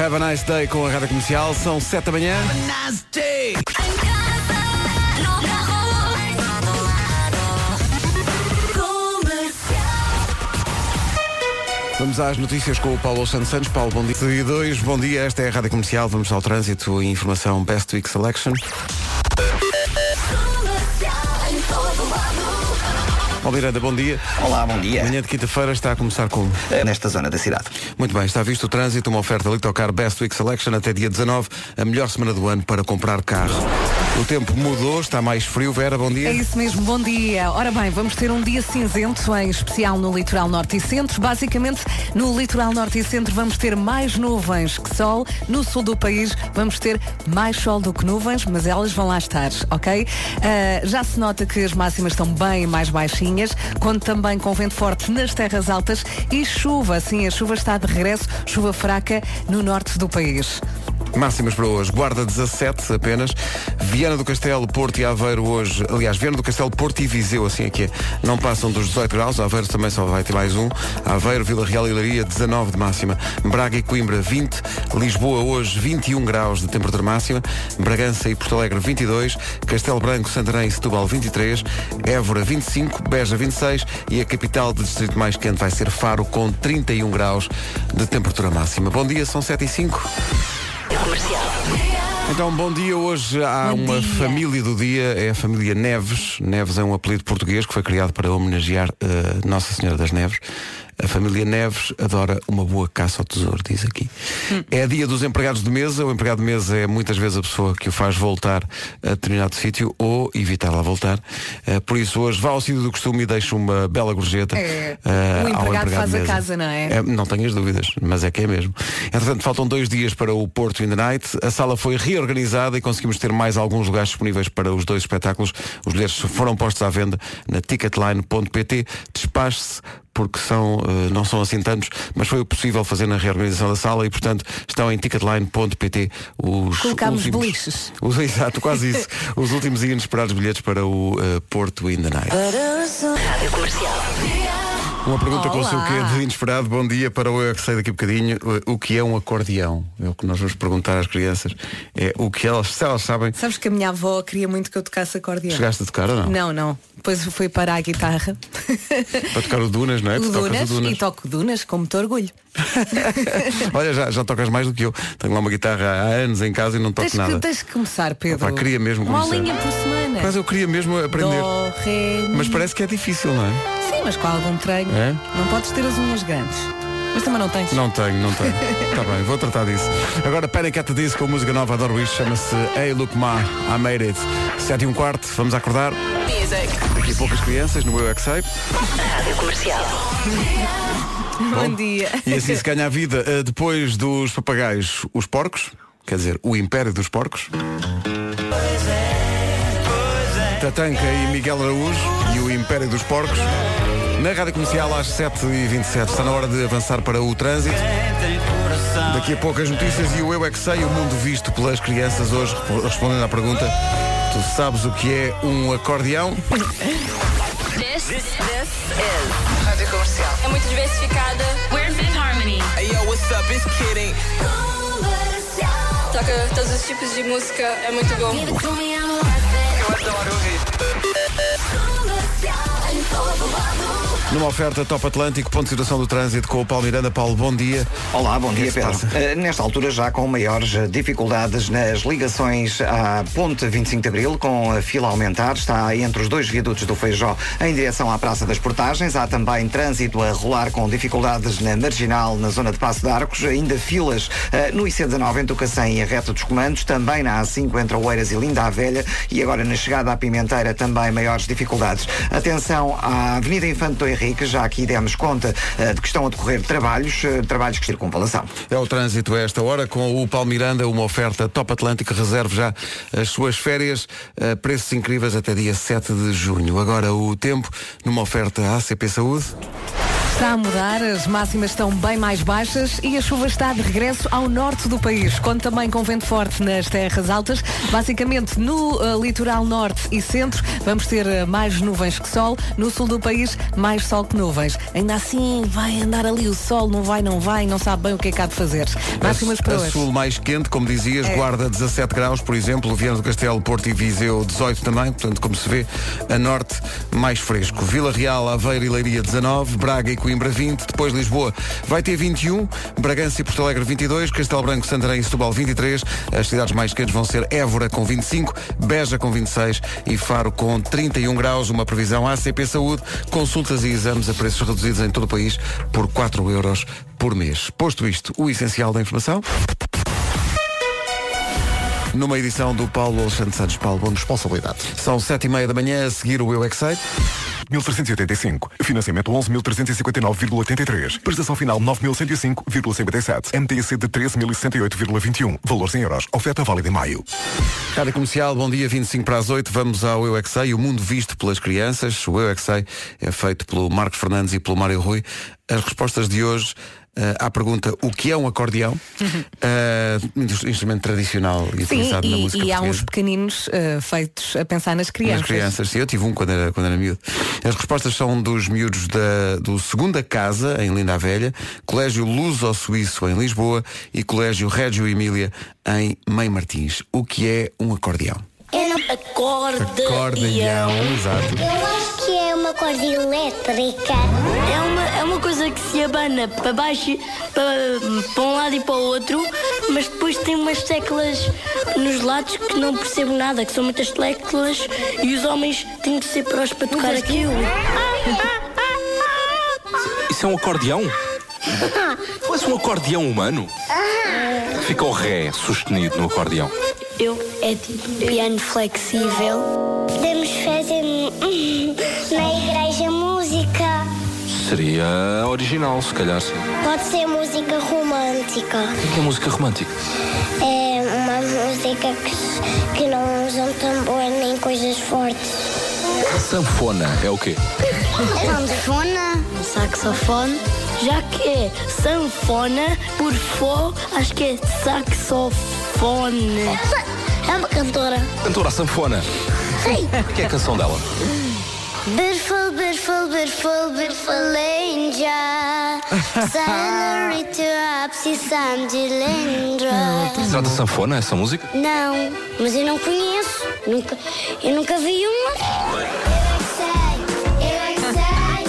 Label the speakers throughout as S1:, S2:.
S1: Have a nice day com a Rádio Comercial. São 7 da manhã. Vamos às notícias com o Paulo Santos Santos. Paulo, bom dia. E dois, bom dia. Esta é a Rádio Comercial. Vamos ao trânsito e informação Best Week Selection. Paulo Miranda, bom dia.
S2: Olá, bom dia.
S1: Manhã de quinta-feira está a começar com...
S2: Eh, Nesta zona da cidade.
S1: Muito bem, está visto o trânsito, uma oferta Litocar Best Week Selection até dia 19, a melhor semana do ano para comprar carro. O tempo mudou, está mais frio. Vera, bom dia.
S3: É isso mesmo, bom dia. Ora bem, vamos ter um dia cinzento, em especial no litoral norte e centro. Basicamente, no litoral norte e centro vamos ter mais nuvens que sol. No sul do país vamos ter mais sol do que nuvens, mas elas vão lá estar, ok? Ah, já se nota que as máximas estão bem mais baixinhas, quando também com vento forte nas terras altas e chuva, sim, a chuva está de regresso, chuva fraca no norte do país.
S1: Máximas para hoje. Guarda 17 apenas. Viana do Castelo, Porto e Aveiro hoje. Aliás, Viana do Castelo, Porto e Viseu, assim aqui é. que é. Não passam dos 18 graus. Aveiro também só vai ter mais um. Aveiro, Vila Real e Leiria, 19 de máxima. Braga e Coimbra, 20. Lisboa hoje, 21 graus de temperatura máxima. Bragança e Porto Alegre, 22. Castelo Branco, Santarém e Setúbal, 23. Évora, 25. Beja, 26. E a capital do distrito mais quente vai ser Faro, com 31 graus de temperatura máxima. Bom dia, são 7 e 5. Então, bom dia. Hoje há
S3: Bom
S1: uma
S3: dia.
S1: família do dia, é a família Neves. Neves é um apelido português que foi criado para homenagear eh, Nossa Senhora das Neves. A família Neves adora uma boa caça ao tesouro, diz aqui.
S3: Hum.
S1: É dia dos empregados de mesa. O empregado de mesa é muitas vezes a pessoa que o faz voltar a determinado sítio ou evitar lá voltar. Eh, por isso, hoje vá ao sítio do costume e deixe uma bela gorjeta.
S3: É.
S1: eh,
S3: O
S1: ao
S3: empregado
S1: de
S3: faz a
S1: mesa.
S3: casa, não é?
S1: É, não tenho as dúvidas, mas é que é mesmo. Entretanto, faltam dois dias para o Porto in the Night. A sala foi reorganizada e conseguimos ter mais alguns lugares disponíveis para os dois espetáculos. Os bilhetes foram postos à venda na ticketline.pt. Despache-se porque são, eh, não são assim tantos, mas foi o possível fazer na reorganização da sala e, portanto, estão em ticketline.pt os
S3: Colocámos
S1: últimos...
S3: beliches.
S1: Os, exato, quase isso. os últimos e inesperados bilhetes para o eh, Porto in the Night. Uma pergunta com o seu
S3: Olá.
S1: quê de inesperado. Bom dia para o Eu É que sei daqui a bocadinho. O que é um acordeão? É o que nós vamos perguntar às crianças. É o que elas, se elas sabem,
S3: Sabes que a minha avó queria muito que eu tocasse acordeão.
S1: chegaste a tocar ou não?
S3: Não, não. Depois fui para a guitarra.
S1: Para tocar o Dunas, não é?
S3: o
S1: Tu tocas
S3: Dunas,
S1: o Dunas.
S3: e toco Dunas com muito orgulho.
S1: Olha, já, já tocas mais do que eu. Tenho lá uma guitarra há anos em casa e não toco
S3: Tens que,
S1: nada.
S3: tens que começar, Pedro.
S1: Opa, queria mesmo
S3: Uma
S1: começar.
S3: aulinha por semana.
S1: Mas eu queria mesmo aprender.
S3: Dó, ré, mi.
S1: Mas parece que é difícil, não é?
S3: Sim, mas com algum treino.
S1: É?
S3: Não podes ter as unhas grandes. Mas também não tens.
S1: Não tenho, não tenho. Está bem, vou tratar disso. Agora Panic at the Disco com música nova, adoro isto. Chama-se Hey Look Ma, I Made It. 7 e um quarto, vamos acordar. Daqui a pouco as crianças no Eu É Que Sei.
S3: Bom dia.
S1: E assim se ganha a vida. Uh, depois dos papagaios, os porcos. Quer dizer, o Império dos Porcos. Tatanka e Miguel Araújo e o Império dos Porcos. Na Rádio Comercial às 7h27. Está na hora de avançar para o trânsito. Daqui a pouco as notícias e o Eu É Que Sei, o mundo visto pelas crianças hoje, respondendo à pergunta. Tu sabes o que é um acordeão?
S4: This, this is Rádio Comercial. É muito diversificada. We're Fifth Harmony.
S5: Hey yo, what's up? It's kidding.
S4: Toca todos os tipos de música, é muito bom.
S5: Eu adoro ouvir.
S1: Numa oferta Top Atlântico, ponto de situação do trânsito com o Paulo Miranda. Paulo, bom dia.
S2: Olá, bom dia,
S1: se
S2: Pedro.
S1: passa?
S2: Eh, nesta altura, já com maiores eh, dificuldades nas ligações à Ponte 25 de Abril, com a fila a aumentar, está entre os dois viadutos do Feijó em direção à Praça das Portagens. Há também trânsito a rolar com dificuldades na Marginal, na zona de Passo de Arcos. Ainda filas eh, no IC19 em Tucacém e a Reta dos Comandos. Também na A5 entre Oeiras e Linda a Velha. E agora na chegada à Pimenteira também maiores dificuldades. Atenção à Avenida Infante do Henrique, já aqui demos conta eh, de que estão a decorrer trabalhos, eh, trabalhos que circunvalação.
S1: É o trânsito a esta hora com o Paulo Miranda, uma oferta Top Atlântico. Reserve já as suas férias a preços incríveis até dia 7 de junho. Agora o tempo numa oferta ACP Saúde.
S3: Está a mudar, as máximas estão bem mais baixas e a chuva está de regresso ao norte do país, quando também com vento forte nas terras altas. Basicamente, no eh, litoral norte e centro, vamos ter eh, mais nuvens que sol. No sul do país, mais sol que nuvens. Ainda assim, vai andar ali o sol, não vai, não vai, não sabe bem o que é que há de fazer. Máximas
S1: a,
S3: para
S1: a
S3: hoje.
S1: sul mais quente, como dizias,
S3: É.
S1: Guarda 17 graus, por exemplo, Viana do Castelo, Porto e Viseu 18 também, portanto, como se vê, a norte mais fresco. Vila Real, Aveiro e Leiria 19, Braga e Coimbra 20, depois Lisboa vai ter 21, Bragança e Porto Alegre 22, Castelo Branco, Santarém e Setúbal 23, as cidades mais quentes vão ser Évora com 25, Beja com 26 e Faro com 31 graus, uma previsão ACP Saúde, consultas e exames a preços reduzidos em todo o país por 4 euros por mês. Posto isto, o essencial da informação numa edição do Paulo Alexandre Santos. Paulo, bom responsabilidade. São sete e meia da manhã, a seguir o Eu é Que Sei.
S6: 1385. Financiamento 11.359,83. Prestação final 9.105,57. MTC de 13.068,21. Valores em euros. Oferta válida em maio.
S1: Rádio Comercial, bom dia, 25 para as 8. Vamos ao Eu é Que Sei, o mundo visto pelas crianças. O Eu é Que Sei é feito pelo Marcos Fernandes e pelo Mário Rui. As respostas de hoje eh, à pergunta o que é um acordeão, Eh, um instrumento tradicional e
S3: Sim,
S1: utilizado na música
S3: e, e há uns
S1: portuguesa.
S3: pequeninos eh, feitos a pensar nas
S1: Nas
S3: crianças.
S1: crianças, sim, eu tive um quando era, quando era miúdo. As respostas são dos miúdos da, do Segunda Casa, em Linda a Velha, Colégio Luso Suíço, em Lisboa, e Colégio Régio Emília, em Mãe Martins. O que é um acordeão?
S7: Eu, não...
S1: Acordeão, exato.
S7: eu acho que é uma corda elétrica.
S8: É uma, é uma coisa que se abana para baixo, para, para um lado e para o outro, mas depois tem umas teclas nos lados que não percebo nada, que são muitas teclas e os homens têm que ser prós para tocar aquilo.
S9: Isso é um acordeão? Mas um acordeão humano?
S7: Ah.
S9: Fica o ré sustenido no acordeão.
S8: Eu é tipo um piano flexível.
S7: Podemos fazer hum, na igreja música.
S9: Seria original, se calhar sim.
S7: Pode ser música romântica.
S9: O que é música romântica?
S7: É uma música que, que não usam tambor nem coisas fortes.
S9: Sanfona é o quê?
S7: Sanfona?
S8: Saxofone. Já que é sanfona, por fó, acho que é saxofone.
S7: É uma cantora.
S9: Cantora sanfona.
S7: Sim.
S9: O que é a canção dela?
S7: Beautiful, beautiful, beautiful, beautiful angel. Celery to Apsi Sanjilendra.
S9: Será da sanfona essa música?
S7: Não, mas eu não conheço. Nunca, eu nunca vi uma. Eu é que sei, eu é que sei,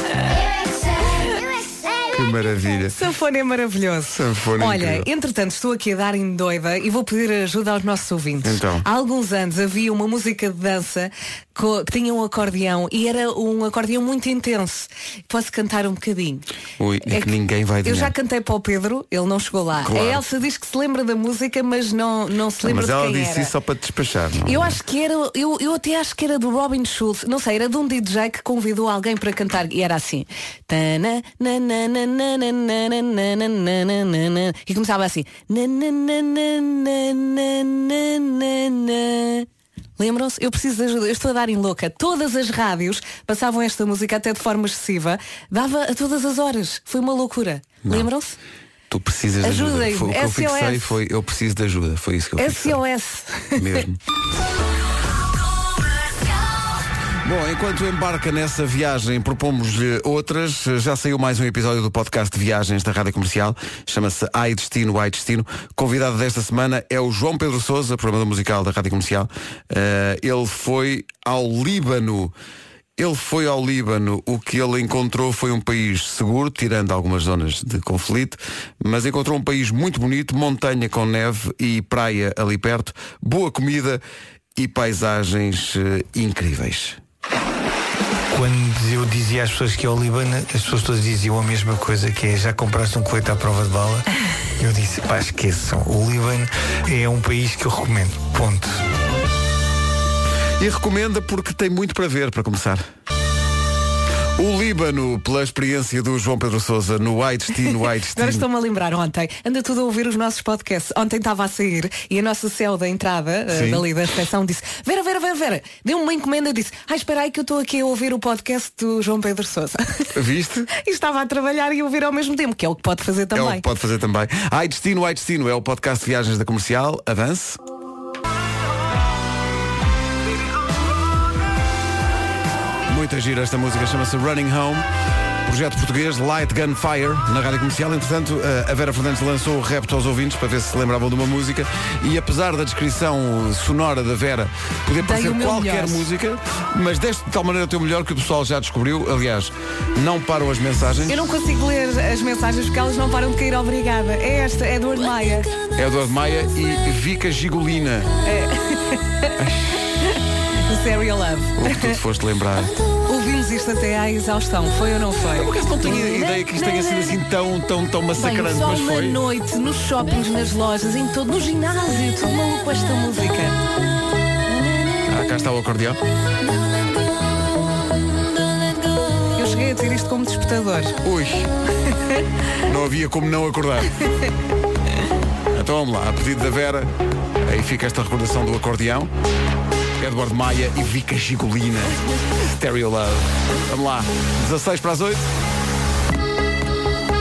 S7: eu é que sei, eu é que sei.
S1: Que maravilha.
S3: Sanfona é maravilhoso.
S1: Sanfona é
S3: Olha,
S1: incrível.
S3: entretanto, estou aqui a dar em doida e vou pedir ajuda aos nossos ouvintes.
S1: Então.
S3: Há alguns anos havia uma música de dança co- que tinha um acordeão e era um acordeão muito intenso. Posso cantar um bocadinho?
S1: Ui, é que ninguém vai
S3: Eu
S1: adivinhar.
S3: já cantei para o Pedro, ele não chegou lá.
S1: Claro. Ah,
S3: A Elsa diz que se lembra da música, mas não, não se lembra
S1: Mas ela
S3: de quem
S1: disse
S3: era.
S1: isso só para te despachar. Não?
S3: Eu acho que era, eu, eu até acho que era do Robin Schulz, não sei, era de um DJ que convidou alguém para cantar e era assim. Tana, na, na, na, na, na, na, na, na, na, na, na, na, na. E começava assim. Na, na, na, na, na, na, na, na, na. Lembram-se? Eu preciso de ajuda, eu estou a dar em louca. Todas as rádios passavam esta música até de forma excessiva, dava a todas as horas. Foi uma loucura. Lembram-se?
S1: Tu precisas de ajuda.
S3: Ajudem-me,
S1: Foi, o que eu
S3: SOS.
S1: fixei foi eu preciso de ajuda. Foi isso que eu fixei.
S3: SOS.
S1: Mesmo. Bom, enquanto embarca nessa viagem, propomos-lhe outras. Já saiu mais um episódio do podcast de viagens da Rádio Comercial. Chama-se Ai Destino, Ai Destino. Convidado desta semana é o João Pedro Sousa, programador musical da Rádio Comercial. Eh, ele foi ao Líbano. Ele foi ao Líbano. O que ele encontrou foi um país seguro, tirando algumas zonas de conflito, mas encontrou um país muito bonito, montanha com neve e praia ali perto, boa comida e paisagens eh, incríveis.
S10: Quando eu dizia às pessoas que é o Líbano, as pessoas todas diziam a mesma coisa, que é já compraste um colete à prova de bala. Eu disse, pá, esqueçam, o Líbano é um país que eu recomendo. Ponto.
S1: E recomenda porque tem muito para ver, para começar. O Líbano, pela experiência do João Pedro Sousa no White Steam, White
S3: Agora
S1: Steam.
S3: estou-me a lembrar ontem. Anda tudo a ouvir os nossos podcasts. Ontem estava a sair e a nossa céu da entrada, eh,
S1: Sim.
S3: dali da recepção, disse Vera, Vera, Vera, Vera, deu-me uma encomenda e disse Ah, espera aí que eu estou aqui a ouvir o podcast do João Pedro Sousa.
S1: Viste?
S3: e estava a trabalhar e a ouvir ao mesmo tempo, que é o que pode fazer
S1: É o
S3: também.
S1: que pode fazer também. Ai Destino, Ai Destino é o podcast de viagens da comercial. Avance. Muita gira esta música, chama-se Running Home. Projeto português Light Gun Fire na rádio comercial. Entretanto, eh, a Vera Fernandes lançou o repto aos ouvintes para ver se se lembravam de uma música. E apesar da descrição sonora da Vera poder parecer
S3: o meu
S1: qualquer
S3: melhor.
S1: música, mas deste de tal maneira o teu melhor que o pessoal já descobriu. Aliás, não param as mensagens.
S3: Eu não consigo ler as mensagens porque elas não param de cair, obrigada. É esta, é do Maia.
S1: É Eduardo Maia e Vika Gigolina.
S3: Do Serial Love.
S1: O que tu te foste lembrar.
S3: Ouvimos isto até à exaustão, foi ou não foi? Eu
S1: É não tenho ideia que isto tenha sido assim tão, tão, tão massacrante,
S3: Bem, só
S1: mas
S3: na
S1: foi.
S3: noite, nos shoppings, nas lojas, em todo, no ginásio, tudo maluco com esta música.
S1: Ah, cá está o acordeão.
S3: Eu cheguei a ter isto como despertador.
S1: Ui. Não havia como não acordar. Então vamos lá, a pedido da Vera, aí fica esta recordação do acordeão. Eduardo Maia e Vika Gigolina. Stereo Love. Vamos lá, 16 para as 8.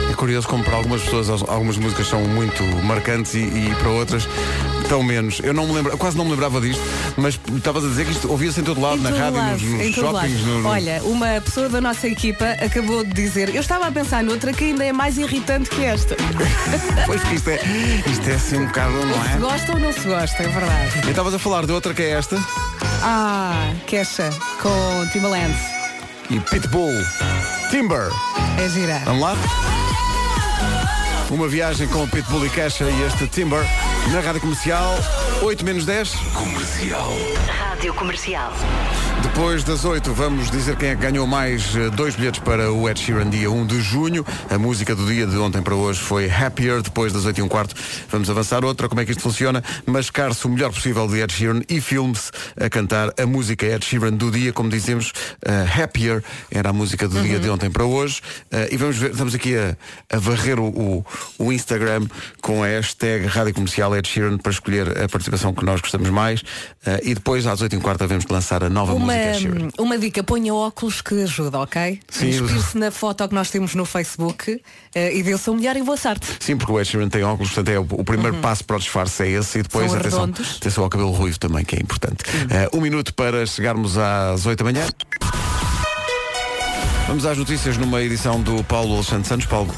S1: É curioso como para algumas pessoas as- algumas músicas são muito marcantes e, e para outras tão menos. Eu não me lembro, eu quase não me lembrava disto, mas estavas a dizer que isto ouvia-se em todo lado,
S3: Em
S1: na
S3: todo
S1: rádio,
S3: lado,
S1: nos, nos
S3: em todo
S1: shoppings,
S3: lado.
S1: no, no-
S3: Olha, uma pessoa da nossa equipa acabou de dizer, eu estava a pensar noutra que ainda é mais irritante que esta.
S1: Pois que isto é, isto é assim um bocado, não
S3: Se
S1: é?
S3: gosta ou não se gosta, é verdade.
S1: E estavas a falar de outra que é esta
S3: Ah, queixa com Timbaland.
S1: e Pitbull Timber.
S3: É girar.
S1: Vamos lá? Uma viagem com o Pitbull e Caixa e este Timber na rádio comercial 8 menos 10. Comercial.
S11: Rádio Comercial.
S1: Depois das 8 vamos dizer quem é que ganhou mais eh, dois bilhetes para o Ed Sheeran dia 1 de junho. A música do dia de ontem para hoje foi Happier, depois das 8 e um quarto vamos avançar outra, como é que isto funciona, mascar-se o melhor possível de Ed Sheeran e filme-se a cantar a música Ed Sheeran do dia, como dizemos, eh, Happier era a música do dia de ontem para hoje. Eh, e vamos ver, estamos aqui a, a varrer o, o- o Instagram com a hashtag Rádio Comercial Ed Sheeran para escolher a participação que nós gostamos mais. Eh, e depois às 8 e um quarto devemos lançar a nova
S3: Uma, hum,
S1: música Ed Sheeran.
S3: uma dica, ponha óculos que ajuda, ok?
S1: Sim.
S3: Inspire-se na foto que nós temos no Facebook eh, e dê o seu melhor e boa sorte.
S1: Sim, porque o Ed Sheeran tem óculos, portanto é o, o primeiro
S3: Uhum.
S1: passo para o disfarce é esse e depois
S3: São
S1: atenção,
S3: redondos.
S1: atenção ao cabelo ruivo também, que é importante. Eh, um minuto para chegarmos às 8 da manhã. Vamos às notícias numa edição do Paulo Alexandre Santos. Paulo,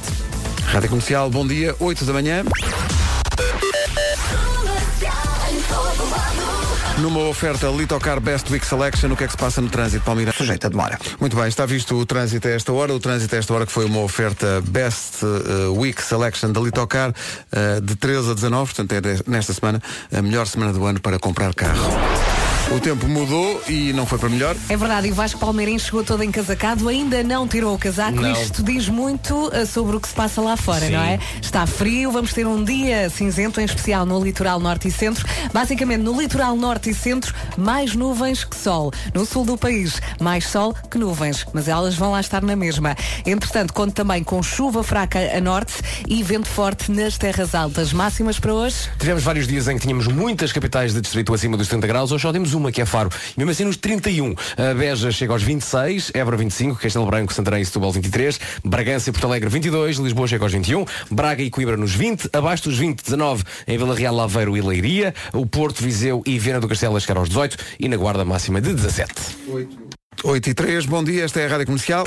S1: Rádio Comercial, bom dia, 8 da manhã. Numa oferta Litocar Best Week Selection, o que é que se passa no trânsito, Palmeira?
S2: Sujeito a demora.
S1: Muito bem, está visto o trânsito a esta hora. O trânsito a esta hora que foi uma oferta Best eh, Week Selection da Litocar eh, de 13 a 19, portanto é de- nesta semana a melhor semana do ano para comprar carro. O tempo mudou e não foi para melhor.
S3: É verdade, e Vasco Palmeirim chegou todo encasacado, ainda não tirou o casaco.
S1: Não.
S3: Isto diz muito eh, sobre o que se passa lá fora,
S1: Sim.
S3: não é? Está frio, vamos ter um dia cinzento, em especial no litoral norte e centro. Basicamente, no litoral norte e centro, mais nuvens que sol. No sul do país, mais sol que nuvens, mas elas vão lá estar na mesma. Entretanto, conto também com chuva fraca a norte e vento forte nas terras altas. Máximas para hoje?
S12: Tivemos vários dias em que tínhamos muitas capitais de distrito acima dos 30 graus, hoje só temos uma que é Faro. E mesmo assim nos 31. A Beja chega aos 26, Évora 25, Castelo Branco, Santarém e Setúbal 23, Bragança e Porto Alegre 22, Lisboa chega aos 21, Braga e Coimbra nos 20, abaixo dos 20, 19 em Vila Real, Aveiro e Leiria, o Porto, Viseu e Viana do Castelo a chegar aos 18 e na Guarda máxima de 17.
S1: 8 e 3, bom dia, esta é a Rádio Comercial.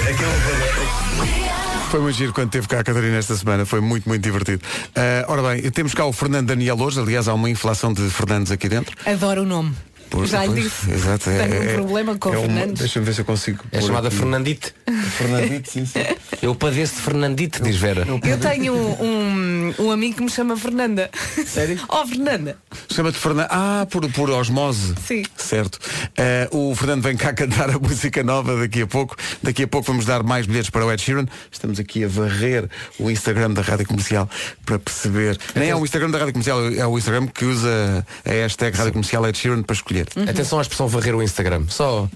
S1: Foi muito giro quando teve cá a Catarina esta semana, foi muito, muito divertido. Eh, ora bem, temos cá o Fernando Daniel hoje, aliás há uma inflação de Fernandes aqui dentro.
S3: Adoro o nome.
S1: Pois,
S3: Já lhe
S1: pois,
S3: disse.
S1: Exato, é,
S3: Tenho
S1: é-
S3: um problema com
S1: é uma-
S3: Fernandes.
S1: Deixa-me ver se eu consigo.
S12: É
S1: pôr
S12: chamada
S1: aqui.
S12: Fernandite.
S1: Fernandite, sim, sim.
S12: Eu padeço de Fernandite, diz Vera.
S3: Eu tenho um, um amigo que me chama Fernanda. Sério? Oh, Fernanda.
S1: Chama-te Fernando. Ah, por, por osmose.
S3: Sim.
S1: Certo. Eh, o Fernando vem cá cantar a música nova daqui a pouco. Daqui a pouco vamos dar mais bilhetes para o Ed Sheeran. Estamos aqui a varrer o Instagram da Rádio Comercial para perceber. Nem é
S3: Então-
S1: o Instagram da Rádio Comercial, é o Instagram que
S3: Hum.
S1: usa a hashtag Rádio Comercial Ed Sheeran para escolher.
S12: Atenção à expressão varrer o Instagram. Só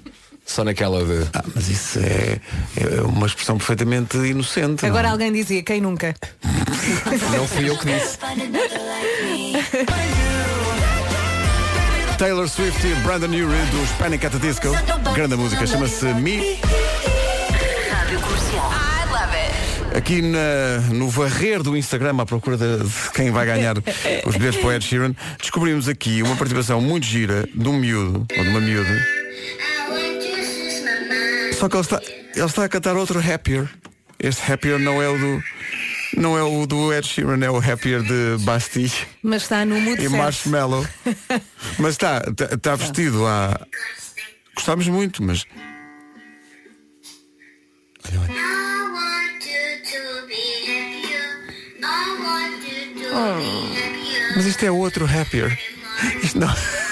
S12: Só naquela de.
S1: Ah, mas isso é, é uma expressão perfeitamente inocente. é?
S3: Agora alguém dizia, quem nunca?
S1: Não fui eu que disse. Taylor Swift e Brandon Urie dos Panic at the Disco. Grande música, chama-se Me.
S5: Rádio Comercial. I love it.
S1: Aqui na- no varrer do Instagram, à procura de, de quem vai ganhar os bilhetes para o Ed Sheeran, descobrimos aqui uma participação muito gira de um miúdo, ou de uma miúda, só que ele está, ele está a cantar outro Happier. Este Happier não é o do. Não é o do Ed Sheeran, é o Happier de Bastille
S3: Mas está no mood
S1: e
S3: certo. Tá.
S1: Marshmallow. mas está, está, está vestido a. Gostámos muito, mas. Mas isto é outro Happier. Isto não.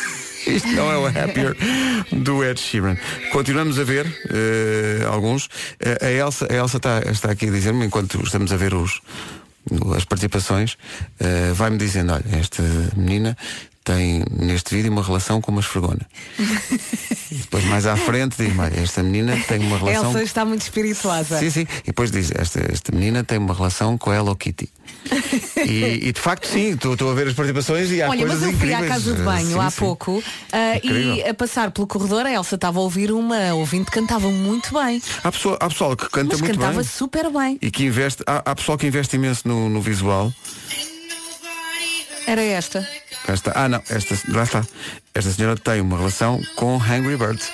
S1: Isto não é o Happier do Ed Sheeran. Continuamos a ver eh, alguns. Eh, a Elsa, a Elsa está, está aqui a dizer-me, enquanto estamos a ver os, as participações, eh, vai-me dizendo, olha, esta menina tem neste vídeo uma relação com uma esfregona. E depois mais à frente diz-me, olha, esta menina tem uma relação.
S3: Elsa está muito espirituosa.
S1: Sim, sim. E depois diz, esta, esta menina tem uma relação com a Hello Kitty. E, e de facto sim, estou estou a ver as participações e há
S3: Olha,
S1: coisas
S3: mas eu fui à
S1: incríveis.
S3: casa de
S1: Eh,
S3: banho
S1: sim,
S3: há
S1: sim.
S3: pouco ah, e
S1: Incrível.
S3: a passar pelo corredor a Elsa estava a ouvir uma ouvinte que cantava muito bem.
S1: Há pessoal, há pessoal que canta
S3: mas
S1: muito
S3: cantava
S1: bem
S3: super bem.
S1: e que investe, há, há pessoal que investe imenso no, no visual.
S3: Era esta.
S1: Cá está. ah não, esta, lá está. Esta senhora tem uma relação com Hungry Birds.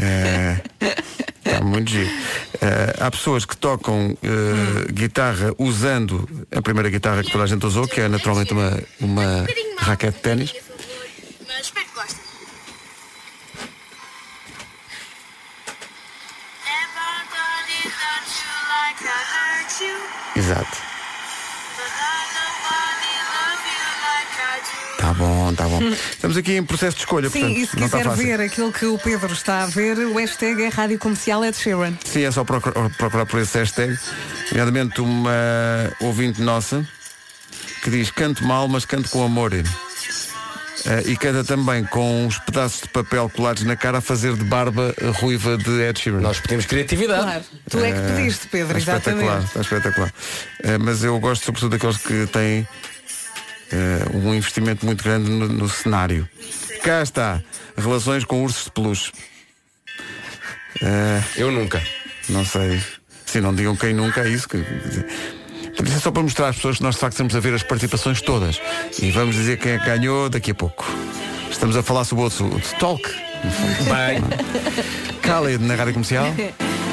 S1: É, Está muito giro. Eh, há pessoas que tocam eh, guitarra usando a primeira guitarra que toda a gente usou, que é naturalmente uma, uma raquete de ténis.
S5: Espero que gostem.
S1: Exato. Tá bom, tá bom. Estamos aqui em processo de escolha,
S3: Sim,
S1: portanto.
S3: e se
S1: não está
S3: quiser
S1: fácil.
S3: ver aquilo que o Pedro está a ver, o hashtag é Rádio Comercial Ed Sheeran.
S1: Sim, é só procurar, procurar por esse hashtag. Nomeadamente uma ouvinte nossa que diz canto mal, mas canto com amor. Eh, e canta também com uns pedaços de papel colados na cara a fazer de barba a ruiva de Ed Sheeran. Nós
S12: pedimos criatividade.
S3: Claro. Tu é que pediste, Pedro,
S1: está Ah, Espetacular,
S3: exatamente.
S1: está espetacular. Eh, mas eu gosto sobretudo daqueles que têm eh, um investimento muito grande no, no cenário. Cá está. Relações com ursos de peluche.
S12: eu nunca.
S1: Não sei. Sim, não digam quem nunca é isso. Que... Por isso é só para mostrar às pessoas que nós de facto estamos a ver as participações todas. E vamos dizer quem é que ganhou daqui a pouco. Estamos a falar sobre o outro o Talk.
S12: Bem.
S1: Khaled na rádio comercial.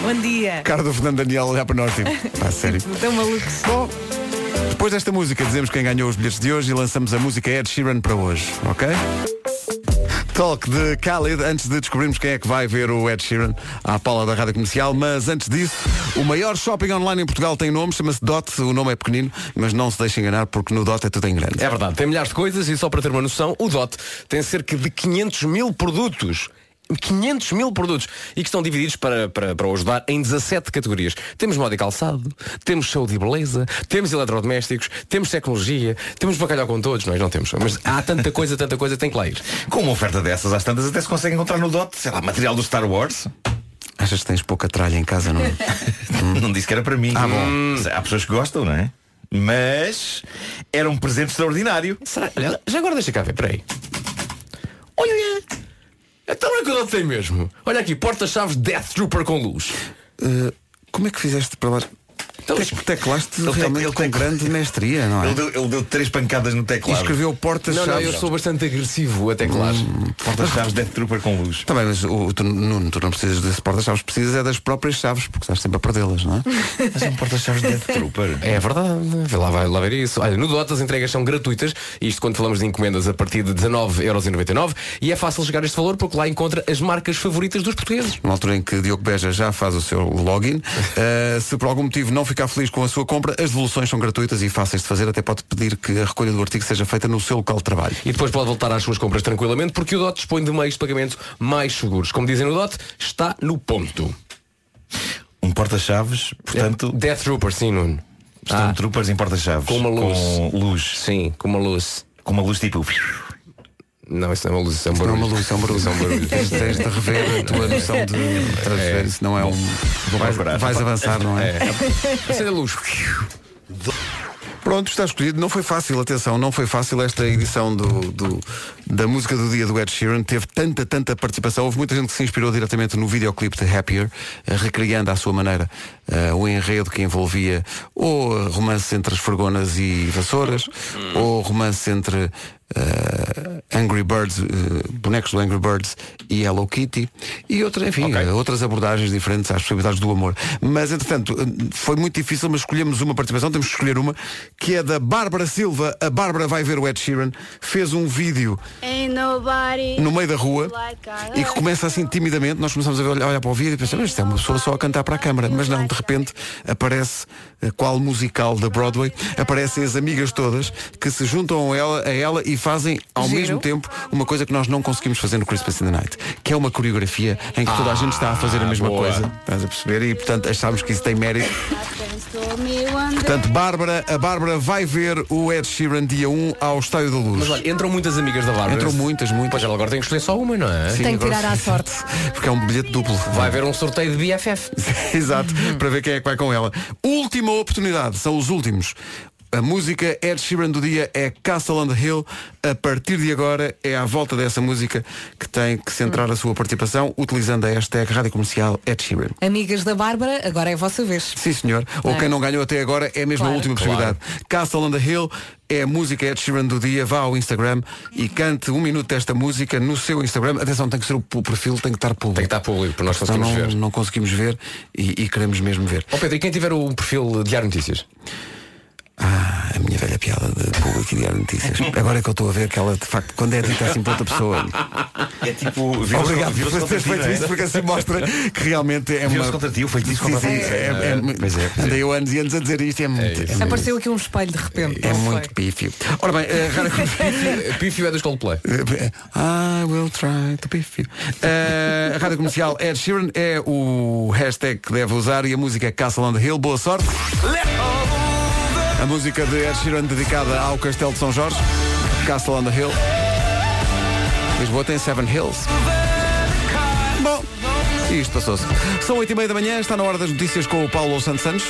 S3: Bom dia.
S1: Cara do Fernando Daniel a olhar para nós tipo. Pá, sério.
S3: Tão malucos.
S1: Bom, Depois desta música dizemos quem ganhou os bilhetes de hoje e lançamos a música Ed Sheeran para hoje, ok? Talk de Khaled, antes de descobrirmos quem é que vai ver o Ed Sheeran à Paula da Rádio Comercial, mas antes disso, o maior shopping online em Portugal tem nome, chama-se DOT, o nome é pequenino, mas não se deixe enganar porque no DOT é tudo em grande.
S12: É verdade, tem milhares de coisas e só para ter uma noção, o DOT tem cerca de 500 mil produtos. 500 mil produtos e que estão divididos para, para, para o ajudar em 17 categorias. Temos moda e calçado, temos saúde e beleza, temos eletrodomésticos, temos tecnologia, temos bacalhau com todos, nós não temos, mas há tanta coisa, tanta coisa, tem que lá ir.
S11: Com uma oferta dessas, às tantas até se consegue encontrar no DOT, sei lá, material do Star Wars.
S1: Achas que tens pouca tralha em casa, não é?
S6: Hum.
S11: não disse que era para mim. Ah, bom. Há pessoas que gostam, não é? Mas era um presente extraordinário.
S12: Olha, já agora deixa cá ver, peraí. Olha! Então não é que o DOT tem mesmo. Olha aqui, porta-chaves Death Trooper com luz.
S1: Eh, como é que fizeste para lá?
S12: Então,
S1: Tec- teclaste realmente com grande mestria,
S6: Ah.
S1: não é?
S11: Ele deu, ele deu três pancadas no teclado.
S1: E escreveu porta-chaves.
S12: Não, não, eu sou bastante agressivo até que lá.
S11: Porta-chaves Death Trooper com luz.
S1: Está bem, mas o, tu, Nuno, tu não precisas desse porta-chaves, precisas é das próprias chaves, porque estás sempre a perdê-las, não é?
S11: Mas é um porta-chaves Death Trooper.
S12: É verdade, vê lá, vai lá ver isso. Olha, no Dota as entregas são gratuitas, isto quando falamos de encomendas a partir de 19,99€ e é fácil chegar a este valor porque lá encontra as marcas favoritas dos portugueses.
S1: Na altura em que Diogo Beja já faz o seu login, eh, se por algum motivo não ficar feliz com a sua compra, as devoluções são gratuitas e fáceis de fazer, até pode pedir que a recolha do artigo seja feita no seu local de trabalho.
S12: E depois pode voltar às suas compras tranquilamente porque o DOT dispõe de meios de pagamento mais seguros. Como dizem no DOT, está no ponto. É
S11: Um porta-chaves, portanto.
S6: É.
S12: Death Trooper, sim, Nuno. Ah,
S6: Ah.
S11: Estão troopers em porta-chaves.
S12: Com uma luz.
S11: Com luz.
S12: Sim, com uma luz.
S11: Com uma luz tipo.
S12: Não, isso não é uma luz, isso é um
S1: Isto não é
S12: barulho.
S1: uma luz, isso é um barulho.
S12: Isso
S1: Tens- tens de rever é a tua noção de- estás a ver, isso não é um- vais- vais avançar, não é?
S12: Acende a luz.
S1: Pronto, está escolhido. Não foi fácil, atenção, não foi fácil esta edição do, do- da música do dia do Ed Sheeran. Teve tanta, tanta participação. Houve muita gente que se inspirou diretamente no videoclipe de Happier, eh, recriando à sua maneira eh, o enredo que envolvia ou eh, romance entre as fregonas e vassouras, ou romance entre eh, Angry Birds, eh, bonecos do Angry Birds e Hello Kitty, e outra, enfim, eh, outras abordagens diferentes às possibilidades do amor. Mas, entretanto, eh, foi muito difícil, mas escolhemos uma participação, temos que escolher uma, que é da Bárbara Silva. A Bárbara vai ver o Ed Sheeran, fez um vídeo
S13: Ain't nobody
S1: no meio da rua
S13: like I
S1: e que começa assim timidamente, nós começamos a ver- olhar para o vídeo e pensamos, "Mas isto é uma pessoa só a cantar para a câmara, mas não, de repente aparece eh, qual musical da Broadway, aparecem as amigas todas que se juntam a ela, a ela e fazem ao
S14: Giro.
S1: mesmo tempo uma coisa que nós não conseguimos fazer no Christmas in the Night, que é uma coreografia em que toda a gente está a fazer
S12: Ah,
S1: a mesma
S14: boa.
S1: coisa. Estás a perceber? E portanto achámos que isso tem mérito.
S13: friends told me one day.
S1: Portanto, Bárbara, a Bárbara vai ver o Ed Sheeran dia 1 ao Estádio da Luz.
S12: Mas olha, entram muitas amigas da Bárbara.
S1: Entram muitas, muitas.
S12: Pois ela agora tem que escolher só uma, não é?
S1: Sim,
S3: Tem que
S1: agora
S3: tirar à
S1: sim.
S3: sorte.
S1: Porque é um bilhete duplo.
S12: Vai haver um sorteio de BFF.
S1: Exato, para ver quem é que vai com ela. Última oportunidade, são os últimos. A música Ed Sheeran do dia é Castle on the Hill. A partir de agora é à volta dessa música que tem que centrar a sua participação utilizando a hashtag Rádio Comercial Ed Sheeran.
S3: Amigas da Bárbara, agora é a vossa vez.
S1: Sim, senhor. Ou
S3: É.
S1: quem não ganhou até agora é mesmo a
S3: Claro.
S1: última
S3: Claro.
S1: possibilidade. Castle on the Hill é a música Ed Sheeran do dia. Vá ao Instagram e cante um minuto desta música no seu Instagram. Atenção, tem que ser o, o perfil, tem que estar público. Tem que
S12: estar público, porque nós
S1: não,
S12: conseguimos ver.
S1: Não conseguimos ver e, e queremos mesmo ver.
S12: Ó Pedro, e quem tiver o perfil de Ar Notícias?
S1: Ah, A minha velha piada de público e de Diário de notícias. Agora é que eu estou a ver que ela, de facto, quando é dita assim para outra pessoa.
S11: É tipo.
S1: Obrigado por teres feito isso, porque assim mostra que realmente é uma.
S11: Vírus contra ti, o feitiço
S1: Sim,
S11: contra
S1: sim,
S11: ti.
S1: é- é- é- Andei eu anos e anos a dizer isto, é muito. é muito-
S3: Apareceu aqui um espelho de repente.
S1: É
S3: não
S1: muito pífio. Ora bem, eh, Rádio Comercial.
S12: Pífio é dos Coldplay.
S1: I will try to pífio. Eh, a Rádio Comercial Ed Sheeran é o hashtag que deve usar e a música é Castle on the Hill. Boa sorte. A música de Ed Sheeran dedicada ao Castelo de São Jorge, Castle on the Hill. Lisboa tem Seven Hills. Bom, isto passou-se. São 8 e meia da manhã, está na hora das notícias com o Paulo Santos Santos.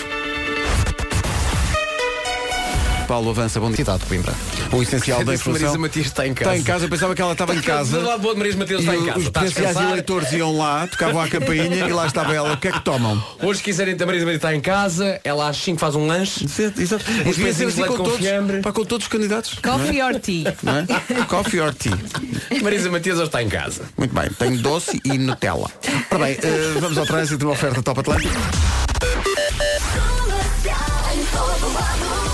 S1: Paulo avança, bom dia. Cidade de Coimbra. O essencial da
S12: Disse É que Marisa
S1: informação.
S12: Matias está em casa.
S1: Está em casa, eu pensava que ela estava em casa.
S12: Do lado do outro, Marisa Matias está
S1: E
S12: em casa.
S1: Os
S12: Está a
S1: potenciais
S12: descansar.
S1: eleitores iam lá, tocavam à campainha e lá estava ela. O que é que tomam?
S12: Hoje, se quiserem, a Marisa Matias está em casa, ela às 5 faz um lanche.
S1: Exato.
S12: Uns
S1: Devia ser
S12: pezinhos
S1: assim
S12: de
S1: com
S12: leite com
S1: todos,
S12: fiambre.
S1: para com todos os candidatos.
S3: Coffee
S1: não é?
S3: or tea?
S1: Não é? Coffee or tea.
S12: Marisa Matias hoje está em casa.
S1: Muito bem, tenho doce e Nutella. Ora bem, eh, vamos ao trânsito, uma oferta Top Atlântico.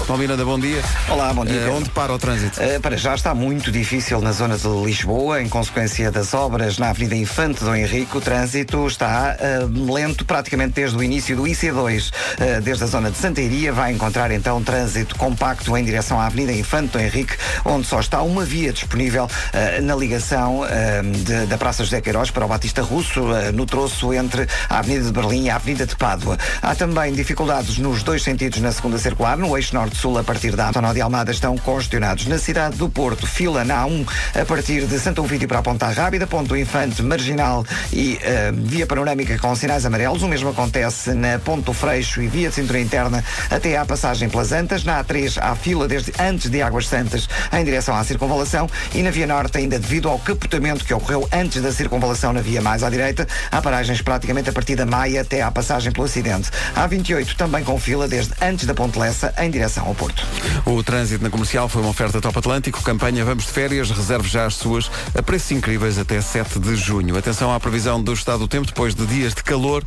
S1: Paulo Miranda, bom dia.
S2: Olá, bom dia.
S1: Eh, onde para o trânsito?
S2: para já está muito difícil na zona de Lisboa, em consequência das obras na Avenida Infante Dom Henrique. O trânsito está eh, lento praticamente desde o início do IC2. Eh, desde a zona de Santa Iria vai encontrar então trânsito compacto em direção à Avenida Infante Dom Henrique, onde só está uma via disponível eh, na ligação eh, de- da Praça José Queiroz para o Batista Russo, eh, no troço entre a Avenida de Berlim e a Avenida de Pádua. Há também dificuldades nos dois sentidos na segunda circular, no eixo norte-sul a partir da António de Almada estão congestionados. Na cidade do Porto, fila na A1 a partir de Santo Ovídio para a Ponta Rábida, Ponto Infante, Marginal e eh, Via Panorâmica com sinais amarelos. O mesmo acontece na Ponto Freixo e Via de Cintura Interna até à passagem pelas Antas. Na A3 há fila desde antes de Águas Santas em direção à circunvalação e na Via Norte ainda devido ao capotamento que ocorreu antes da circunvalação na via mais à direita. Há paragens praticamente a partir da Maia até à passagem pelo acidente. Há 28 também com fila desde antes da Ponte Lessa em direção ao Porto.
S1: O trânsito na comercial foi uma oferta Top Atlântico. Campanha Vamos de Férias. Reserve já as suas a preços incríveis até 7 de junho. Atenção à previsão do estado do tempo depois de dias de calor.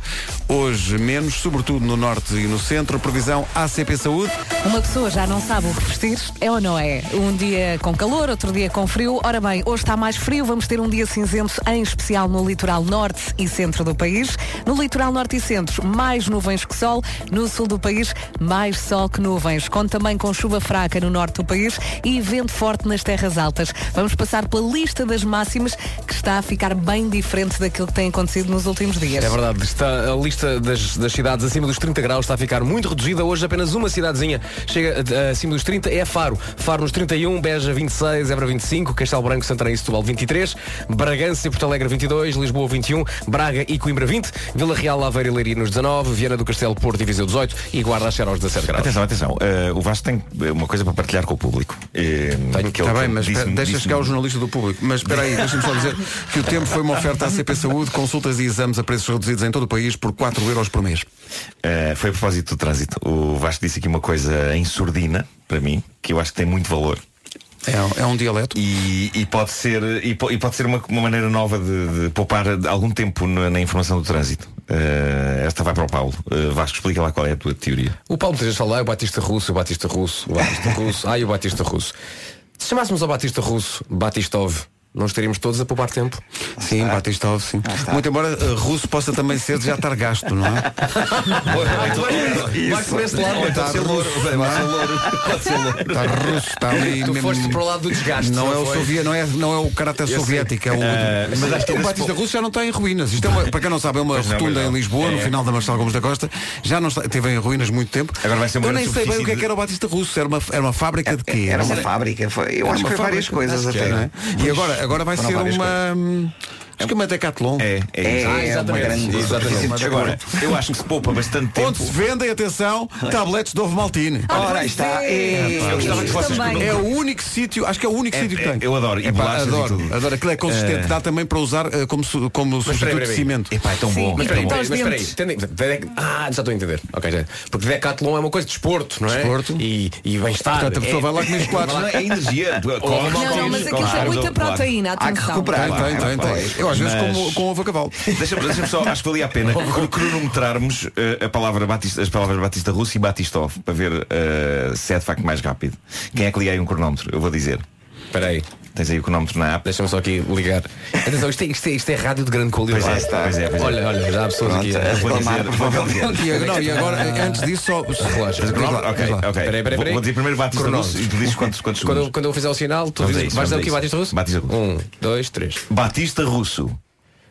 S1: Hoje menos, sobretudo no norte e no centro. Previsão ACP Saúde.
S3: Uma pessoa já não sabe o que vestir, é ou não é? Um dia com calor, outro dia com frio. Ora bem, hoje está mais frio, vamos ter um dia cinzento, em especial no litoral norte e centro do país. No litoral norte e centro, mais nuvens que sol. No sul do país, mais sol que nuvens. Com conto também com chuva fraca no norte do país e vento forte nas terras altas. Vamos passar pela lista das máximas que está a ficar bem diferente daquilo que tem acontecido nos últimos dias.
S12: É verdade, está, a lista das, das cidades acima dos 30 graus está a ficar muito reduzida. Hoje apenas uma cidadezinha chega eh, acima dos 30, é Faro. Faro nos 31, Beja 26, Évora 25, Castelo Branco, Santarém e Setúbal 23, Bragança e Porto Alegre 22, Lisboa 21, Braga e Coimbra 20, Vila Real, Aveiro e Leiria nos 19, Viana do Castelo, Porto e Viseu 18 e Guarda a chegar aos 17 graus.
S11: Atenção, atenção. Eh, o Vasco tem eh, uma coisa para partilhar com o público. Eh, é
S1: Está Tá bem, mas espera, deixa chegar o jornalista do público. Mas espera aí, deixa-me só dizer que o tempo foi uma oferta à CP Saúde, consultas e exames a preços reduzidos em todo o país por 4 euros por mês.
S11: Uh, foi a propósito do trânsito. O Vasco disse aqui uma coisa em surdina, para mim, que eu acho que tem muito valor.
S1: É, um dialeto.
S11: E, e pode ser, e po- e pode ser uma, uma maneira nova de, de poupar algum tempo na, na informação do trânsito. Uh, esta vai para o Paulo. Uh, Vasco, explica lá qual é a tua teoria.
S12: O Paulo muitas vezes fala, "Ah, o Batista Russo, o Batista Russo, o Batista Russo, ai o Batista Russo. Se chamássemos ao Batista Russo Batistov, não estaríamos todos a poupar tempo?
S1: Sim, Batistov, sim. Muito embora eh, russo possa também ser de já estar gasto, não é?
S12: Vai por esse lado,
S1: Está russo, não é? Está Tá russo, está ali
S12: Tu
S1: mesmo-
S12: foste para o lado do desgaste,
S1: Não
S12: não
S1: é o
S12: foi?
S1: soviético, não é, não é o caráter
S12: Eu sei.
S1: soviético, é o.
S12: Eh, mas acho que
S1: o
S12: nesse
S1: Batista
S12: ponto-
S1: Russo já não está em ruínas. Isto é uma- para quem não sabe, é uma
S12: Pois não,
S1: rotunda
S12: pois
S1: em
S12: não.
S1: Lisboa, no
S12: É.
S1: final da Marcelo Gomes da Costa. Já não está, esteve em ruínas muito tempo.
S11: Agora vai ser uma
S1: Eu
S11: grande
S1: nem sei bem o que é
S11: superfície
S1: que era o Batista Russo. Era uma, era uma fábrica de quê?
S2: Era uma fábrica, foi- eu
S1: Era
S2: acho
S1: uma
S2: que foi várias
S1: fábrica,
S2: coisas
S1: acho que
S2: até.
S1: era, não é? E agora, agora vai
S2: Foram
S1: ser
S2: várias
S1: uma. hum, Acho que é uma Decathlon.
S11: É, é, isso.
S1: Ah, exatamente. Exatamente.
S11: Exatamente. Agora, eu acho que se poupa bastante tempo.
S1: Onde se vendem, atenção, tabletes de ovo maltine.
S11: Ah, Ora, aí está. pois é.
S1: É,
S11: Eu gostava que vocês Também.
S1: é o único sítio, acho que é o único
S11: É,
S1: sítio que
S11: é,
S1: tem.
S11: eu adoro. E
S1: Epá,
S11: bolachas e
S1: adoro,
S11: tudo.
S1: adoro. Aquilo é consistente,
S11: Eh.
S1: dá também para usar eh, como, su- como substituto de cimento.
S12: Epá, é tão bom. Mas
S1: Então,
S12: peraí, peraí, mas peraí.
S1: dentes.
S12: Entendem? Dec- Ah, já estou a entender. Ok, já. Porque Decathlon é uma coisa de desporto, não é? Desporto. E, e bem-estar.
S1: Portanto, a pessoa
S12: É-
S1: vai lá comer chocolates.
S12: Vai lá-
S1: Não, é energia.
S12: Ou-
S1: Corre,
S12: Não,
S1: corre,
S12: não,
S3: Mas aquilo tem muita proteína, atenção.
S1: Tem, tem, tem, tem. Eu às vezes
S11: Mas-
S1: como com ovo a cavalo.
S11: Deixa-me deixa-me só, acho que valia a pena cro- cronometrarmos eh, a palavra Batista, as palavras Batista Russo e Batistov para ver eh, se é de facto mais rápido. Quem é que liga aí um cronómetro? Eu vou dizer.
S12: Espera aí.
S11: Tens aí o cronómetro na app.
S12: Deixa-me só aqui ligar. Atenção, isto é, isto é- isto é rádio de grande qualidade.
S11: Pois é, está. Pois é, pois é.
S12: Olha, olha, já há pessoas
S11: Pronto, é
S12: aqui.
S11: a reclamar, provavelmente.
S1: E agora- não, e agora, antes disso, só.
S12: Relaxa.
S11: Mas
S12: Diz
S11: cronómetro,
S12: lá,
S11: ok,
S12: diz lá.
S11: ok.
S12: Peraí, peraí,
S11: Vou,
S12: peraí.
S11: vou dizer primeiro Batista
S12: Cronos.
S11: Russo e tu dizes quantos, quantos
S12: Quando, eu-
S11: segundos.
S12: quando eu fizer o sinal, tu
S11: Vamos
S12: dizes-
S11: a isso,
S12: vais dizer
S11: vamos
S12: aqui
S11: a
S12: Batista
S11: isso.
S12: Russo?
S11: Batista Russo.
S12: Um, dois, três.
S11: Batista Russo.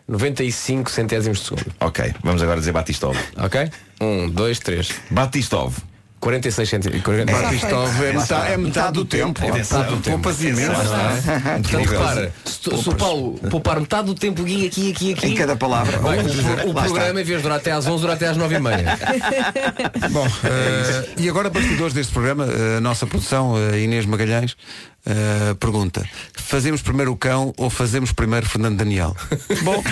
S12: 95 centésimos de segundo.
S11: Ok, vamos agora dizer Batistov.
S12: Ok? Um, dois, três.
S11: Batistov.
S12: 46 centímetros.
S1: Batistov é metade, é metade do tempo.
S12: É metade do tempo.
S1: Poupas imenso.
S12: Atenção, não é? Portanto,
S1: Incrível.
S12: repara, se, tu- se o Paulo poupar metade do tempo aqui, aqui, aqui, aqui.
S2: Em cada palavra.
S12: vai,
S2: Vamos dizer,
S12: o, o
S2: lá
S12: programa, em vez de durar até às 11, dura até às 9 e meia.
S1: Bom, eh, e agora bastidores deste programa, eh, a nossa produção, eh, Inês Magalhães, eh, pergunta, fazemos primeiro o cão ou fazemos primeiro Fernando Daniel? Bom,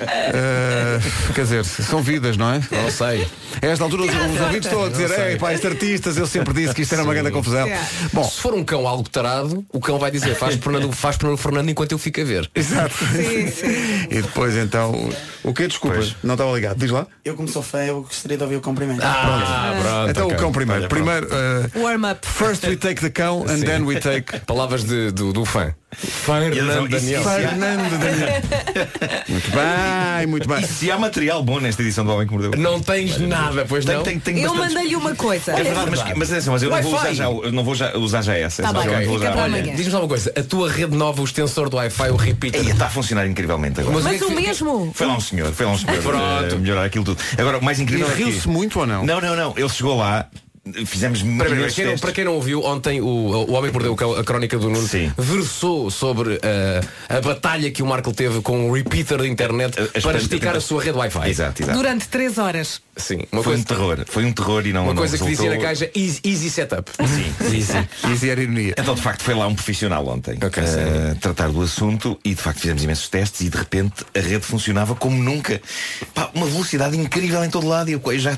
S1: eh, quer dizer, são vidas, não é?
S12: Não sei.
S1: A esta altura os, os ouvintes estão a dizer,
S12: Não sei.
S1: ei pá, estes artistas, eu sempre disse que isto era uma
S12: Sim.
S1: grande confusão.
S12: Bom, se for um cão algo tarado, o cão vai dizer, faz Fernando, faz Fernando, Fernando enquanto eu fico a ver.
S1: Exato. E depois então. O que desculpas? Não estava ligado. Diz lá.
S14: Eu como sou fã, eu gostaria de ouvir o cumprimento.
S11: Ah,
S12: Ah,
S1: Pronto. Então o cão primeiro. primeiro eh,
S3: Warm up.
S1: First we take the cão and then we take.
S12: Palavras de, do, do fã. Fernando Daniel.
S1: Fernando Daniel. Muito bem, muito bem.
S11: E se há material bom nesta edição do Homem que Mordeu?
S12: Não tens nada, pois
S11: tenho,
S12: não?
S11: Tenho, tenho
S3: Eu
S11: bastantes-
S3: mandei-lhe uma coisa.
S11: É verdade, mas, mas, atenção, mas eu não vou, usar já, o- eu não vou já usar já essa.
S3: Tá
S11: essa
S3: bem,
S11: eu não vou
S3: fica
S11: usar
S3: para
S11: amanhã.
S3: amanhã.
S12: Diz-me só uma coisa, a tua rede nova, o extensor do Wi-Fi, o repeater.
S11: Ei, Então, Está a funcionar incrivelmente agora.
S3: Mas o mesmo?
S11: Foi lá um senhor, foi lá um senhor
S12: Pronto.
S11: eh, melhorar aquilo tudo. Agora, o mais incrível
S12: E
S11: é que-
S12: riu-se
S1: muito ou Então
S11: Não,
S1: não?
S11: não, não. Ele chegou lá, fizemos imensos
S12: Para, para quem não,
S11: testes.
S12: para quem não ouviu, ontem o, o Homem que Mordeu o Cão, a crónica do Nuno, versou sobre eh, a batalha que o Marco teve com o repeater da internet para
S11: espan-
S12: esticar a sua rede Wi-Fi.
S11: Exato, exato.
S3: Durante 3 horas.
S12: Sim,
S11: foi um terror. Foi um terror e não
S12: Uma
S11: não
S12: coisa que dizia na
S11: resultou.
S12: caixa easy, easy setup.
S11: Sim,
S1: sim. Isso era ironia.
S11: Então, de facto, foi lá um profissional ontem eh, tratar do assunto e, de facto, fizemos imensos testes e, de repente, a rede funcionava como nunca. Pá, uma velocidade incrível em todo lado e eu, eu já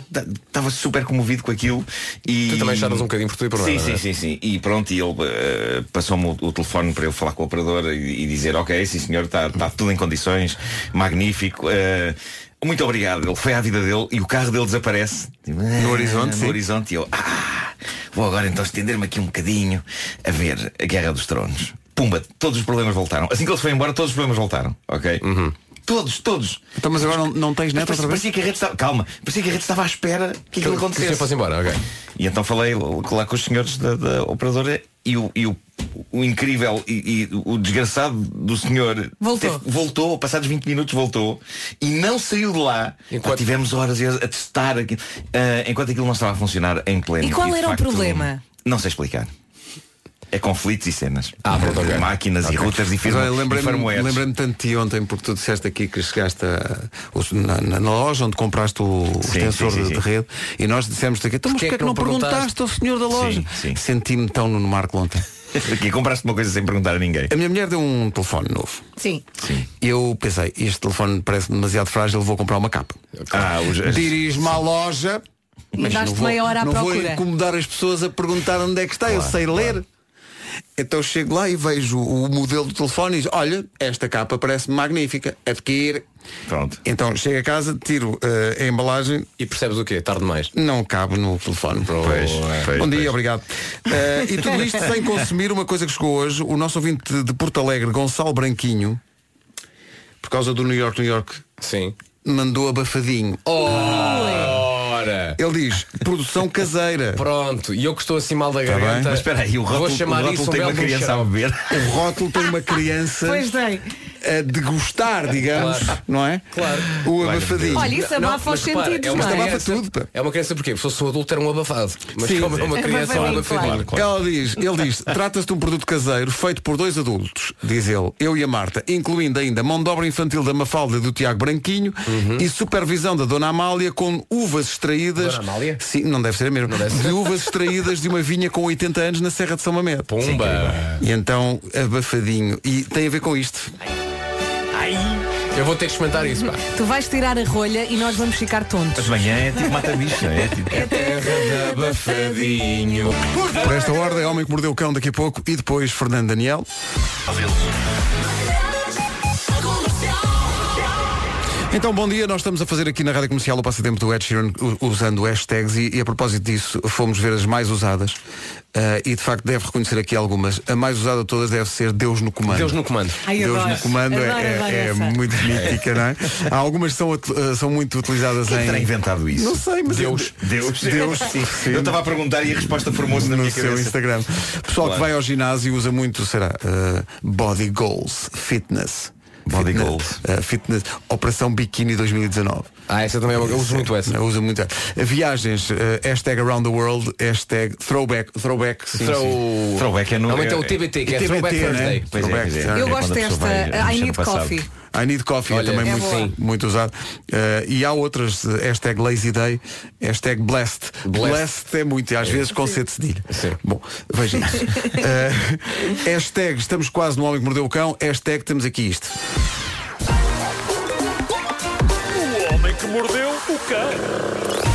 S11: estava super comovido com aquilo. E...
S12: Tu também chamas um bocadinho por tu e por nós,
S11: Sim,
S12: não é?
S11: sim, sim, sim. E pronto, e ele eh, passou-me o, o telefone para eu falar com a operadora e, e dizer, ok, sim senhor, está tudo em condições, magnífico. eh, muito obrigado. Ele foi à vida dele e o carro dele desaparece. Tipo,
S1: No
S11: "Ah,
S1: horizonte, sim."
S11: No horizonte e eu, "Ah, vou agora então estender-me aqui um bocadinho a ver a Guerra dos Tronos. Pumba, todos os problemas voltaram. Assim que ele se foi embora, todos os problemas voltaram, ok?
S12: Uhum.
S11: Todos, todos.
S1: Então, mas agora não, não tens
S11: Mas
S1: neta outra
S11: parecia, parecia
S1: vez?
S11: que a rede estava. Calma, parecia que a rede estava à espera que aquilo
S12: Que o senhor
S11: acontecesse.
S12: fosse embora, ok.
S11: E então falei lá com os senhores da, da operadora e o, e o, o incrível e, e o desgraçado do senhor
S3: Voltou.
S11: teve- voltou, passados 20 minutos voltou e não saiu de lá. Pá, tivemos horas e horas a testar aquilo, Ah, enquanto aquilo não estava a funcionar em pleno.
S3: E qual
S11: de
S3: era o
S11: facto,
S3: problema?
S11: Não sei explicar. É conflitos e cenas. Ah, máquinas e routers e firma-
S1: Agora,
S11: e firmwares.
S1: Lembrei-me lembrei tanto de ti ontem porque tu disseste aqui que chegaste a- os- na, na- na loja onde compraste o, o extensor
S11: sim,
S1: de,
S11: sim.
S1: de rede e nós dissemos-te aqui, então mas porquê é que não perguntaste ao senhor da loja? Senti-me tão no Marco ontem.
S11: e compraste uma coisa sem perguntar a ninguém.
S1: A minha mulher deu um telefone novo.
S3: Sim.
S1: Eu pensei, este telefone parece demasiado frágil, vou comprar uma capa.
S11: Ah, os- as-
S1: Dirijo-me à loja.
S3: E
S1: mas não
S3: andaste
S1: vou-
S3: meia hora à
S1: não vou
S3: procura.
S1: incomodar as pessoas a perguntar onde é que está, eu
S15: Claro,
S1: sei ler. Então chego lá e vejo o modelo do telefone e diz, olha, esta capa parece magnífica, é adquire.
S11: Pronto.
S1: Então chego a casa, tiro eh, a embalagem.
S12: E percebes o quê? Tarde mais.
S1: Não cabe no telefone.
S12: Pois, pois,
S1: Bom dia,
S12: pois.
S1: obrigado. Eh, e tudo isto sem consumir uma coisa que chegou hoje, o nosso ouvinte de Porto Alegre, Gonçalo Branquinho, por causa do New York, New York,
S12: Sim.
S1: mandou abafadinho.
S12: Ora!
S1: Ele diz, produção caseira.
S12: Pronto, e eu que estou assim mal da garganta.
S1: Tá bem. Mas espera aí, o
S12: vou
S1: rótulo-
S12: chamar
S1: o rótulo
S12: isso um
S1: tem
S12: belo
S1: uma criança
S12: lixão.
S1: a beber. O rótulo tem uma criança
S3: Pois tem.
S1: a degustar, digamos, não é? Claro. O abafadinho.
S3: Olha, isso abafa os sentidos,
S12: é uma
S3: não é?
S12: criança-
S1: Abafa tudo,
S12: É uma criança porque se fosse um adulto era um abafado. Mas
S1: Sim.
S12: como é uma criança é um abafadinho.
S1: Ela diz, ele diz, trata-se de um produto caseiro feito por dois adultos, diz ele, eu e a Marta, incluindo ainda mão de obra infantil da Mafalda e do Tiago Branquinho e supervisão da Dona Amália com uvas extraídas.
S12: Dona Amália?
S1: Sim, não deve ser a mesma. De uvas extraídas de uma vinha com 80 anos na Serra de São Mamed.
S12: Pumba!
S1: E então, abafadinho. E tem a ver com isto.
S12: Ai! Eu vou ter que experimentar isso, pá.
S3: Tu vais tirar a rolha e nós vamos ficar tontos.
S11: Mas manhã é tipo mata-bicho, não é? Tipo...
S1: É
S12: Terra de abafadinho.
S1: Por esta ordem, Homem que Mordeu o Cão daqui a pouco e depois Fernando Daniel. Então, bom dia. Nós estamos a fazer aqui na Rádio Comercial o passatempo do Ed Sheeran u- usando hashtags e, e a propósito disso fomos ver as mais usadas Ah, e de facto deve reconhecer aqui algumas. A mais usada de todas deve ser Deus no Comando.
S12: Deus no Comando. Ai,
S1: Deus
S12: adoro.
S1: no Comando é-
S12: Adoro,
S1: é,
S12: adoro
S1: é
S12: essa.
S1: muito mítica, não é? Há algumas que são, ut- ah, são muito utilizadas
S11: Quem
S1: em...
S11: terá inventado isso?
S1: Não sei, mas...
S11: Deus. Deus.
S1: Deus, sim, sim.
S11: Eu estava a perguntar e a resposta formou-se na
S1: no
S11: minha
S1: seu
S11: cabeça.
S1: Instagram. Pessoal que
S11: Claro.
S1: vai ao ginásio usa muito, será, eh, body goals, fitness. Body goals. fitness, Operação Bikini 2019.
S12: Ah, essa também é uma, eu uso muito essa.
S1: Eu uso muito. Viagens, eh, hashtag around the world, hashtag throwback, throwback, sim,
S12: Throw-
S1: sim.
S12: Throwback é no- Normalmente é o TBT, que é Throwback
S1: né?
S12: Thursday. Pois é,
S1: Throwback
S12: pois é.
S1: Thursday.
S12: Eu É gosto quando a pessoa desta, vai, eh, mexer I no need passado. coffee.
S1: I need coffee
S12: Olha,
S1: é também
S12: é
S1: muito,
S12: boa.
S1: muito usado. Eh, e há outras, eh, hashtag lazy day, hashtag blessed.
S12: Blessed.
S1: é muito, e às
S12: É.
S1: vezes com
S12: Sim.
S1: C de cedilha. Bom, veja isso. Eh, hashtag estamos quase no homem que mordeu o cão, hashtag temos aqui isto.
S16: O homem que mordeu o cão.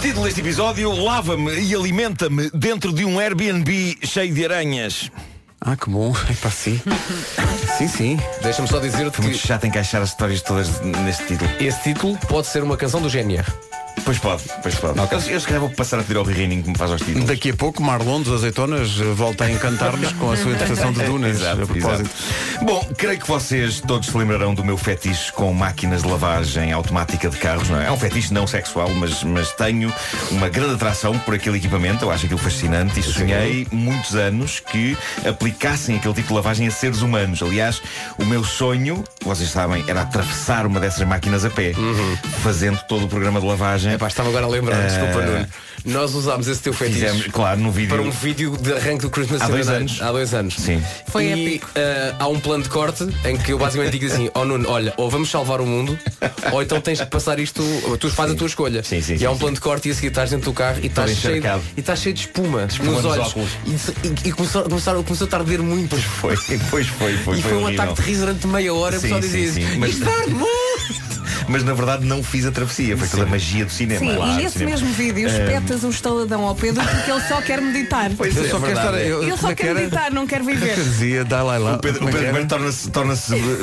S11: Título deste episódio, lava-me e alimenta-me dentro de um Airbnb cheio de aranhas.
S1: Ah, que bom, é para si. sim, sim.
S12: Deixa-me só dizer-te que. Muito
S11: chato encaixar as histórias todas neste título.
S12: Esse título pode ser uma canção do GNR.
S11: Pois pode, pois pode. Eu, eu se calhar vou passar a pedir ao Ririnho que me faz aos títulos.
S1: Daqui a pouco, Marlon dos Azeitonas eh, volta a encantar-nos com a sua interpretação de Dunas.
S11: Exato,
S1: a propósito.
S11: exato. Bom, creio que vocês todos se lembrarão do meu fetiche com máquinas de lavagem automática de carros, não é? É um fetiche não sexual, mas, mas tenho uma grande atração por aquele equipamento, eu acho aquilo fascinante e sonhei muitos anos que aplicassem aquele tipo de lavagem a seres humanos. Aliás, o meu sonho, vocês sabem, era atravessar uma dessas máquinas a pé, fazendo todo o programa de lavagem. É pá,
S12: Uhum. estava agora a lembrar, desculpa, Nuno. Nós usámos esse teu fetiche.
S11: Fizemos, claro, no vídeo.
S12: Para um vídeo de arranque do Christmas
S11: Há
S12: in the
S11: dois
S12: Night.
S11: anos.
S12: Há dois anos. Sim.
S3: Foi
S12: e, eh, há um plano de corte em que eu basicamente digo assim, oh Nuno, olha, ou vamos salvar o mundo, ou então tens que passar isto, ou tu fazes a tua escolha. Sim, sim, e há um plano de corte e a seguir estás dentro do carro e estás cheio, de-
S11: encharcado.
S12: e estás cheio de espuma,
S11: Espuma
S12: nos
S11: nos
S12: olhos.
S11: óculos.
S12: E, e- e começou, começaram- começou a tarder muito. Pois
S11: foi, pois foi, foi.
S12: E foi, um
S11: horrível.
S12: ataque de riso durante meia hora, o
S11: Sim,
S12: pessoal
S11: sim,
S12: dizia
S11: sim,
S12: assim,
S11: mas-
S12: isto tarde muito!
S11: Mas na verdade não fiz a travessia, foi toda a magia do cinema.
S3: Sim,
S11: Claro,
S3: e nesse
S11: cinema.
S3: mesmo vídeo
S11: Eh,
S3: espetas um estaladão ao Pedro porque ele só quer meditar.
S11: Pois é, Eu só é quero verdade, estar- é. eu-
S3: ele
S11: como
S3: só
S11: é que
S3: quer
S11: era?
S3: meditar, não quer viver.
S1: Dizia Dalai Lama.
S11: O Pedro, o Pedro Ribeiro torna-se torna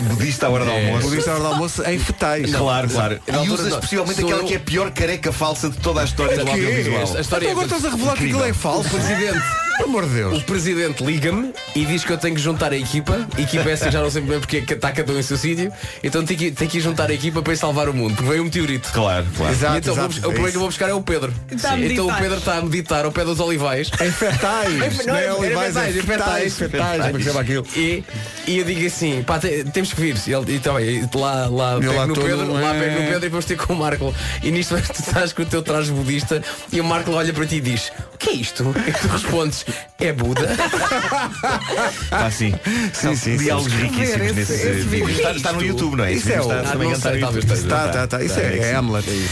S11: budista à hora do
S1: É.
S11: almoço.
S1: Budista à hora do almoço em fetais.
S11: Claro, claro.
S1: Na
S11: E
S1: altura
S11: usas
S1: não.
S11: possivelmente
S1: Sou
S11: aquela
S1: eu. É
S11: que é a pior careca falsa de toda a história do
S1: O quê?
S11: audiovisual.
S1: A história Então agora é- estás a revelar que aquilo é falso.
S11: Presidente.
S1: Pelo amor de Deus.
S12: O presidente liga-me e diz que eu tenho que juntar a equipa. A equipa essa já não sei bem porque é que está cada um em seu sítio. Então tenho que, tenho que ir juntar a equipa para ir salvar o mundo. Porque veio um meteorito.
S11: Claro, claro.
S12: e então vou bus- o primeiro que eu vou buscar é o Pedro.
S1: Está a
S12: Sim. então o
S1: meditar.
S12: Pedro está a meditar ao pé dos olivais.
S1: Em fetais.
S12: Não,
S1: É Não é
S12: é
S1: olivais,
S12: olivais,
S1: é
S12: é fetais.
S1: fetais, fetais, como se chama aquilo.
S12: E, e eu digo assim, pá, te- temos que vir. E ele e tá bem, e lá, lá
S1: Eu
S12: pego
S1: lá
S12: no
S1: todo,
S12: Pedro, lá
S1: é.
S12: pego no Pedro e vamos ter com o Marco. E nisto tu estás com o teu traje budista e o Marco olha para ti e diz, o que é isto? E tu respondes, é Buda.
S11: Ah, sim. São
S1: sim,
S11: diálogos
S1: sim. Ver
S11: riquíssimos nesse
S1: esse- esse
S11: vídeo.
S1: vídeo.
S11: Está, está no YouTube, não é?
S1: Isso
S11: Esse
S1: é
S11: vídeo
S1: o-
S11: está,
S1: Ah, não
S11: está
S1: sei,
S11: no YouTube.
S1: talvez esteja. Tá, tá, tá. Isso é- é
S11: sim.
S1: Hamlet.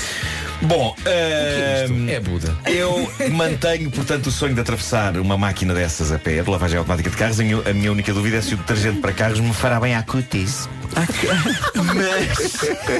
S11: Bom,
S1: isto?
S11: é
S12: Buda.
S11: Eu mantenho, portanto, o sonho de atravessar uma máquina dessas a pé, de lavagem automática de carros. A minha, a minha única dúvida é se o detergente para carros me fará bem à cutis.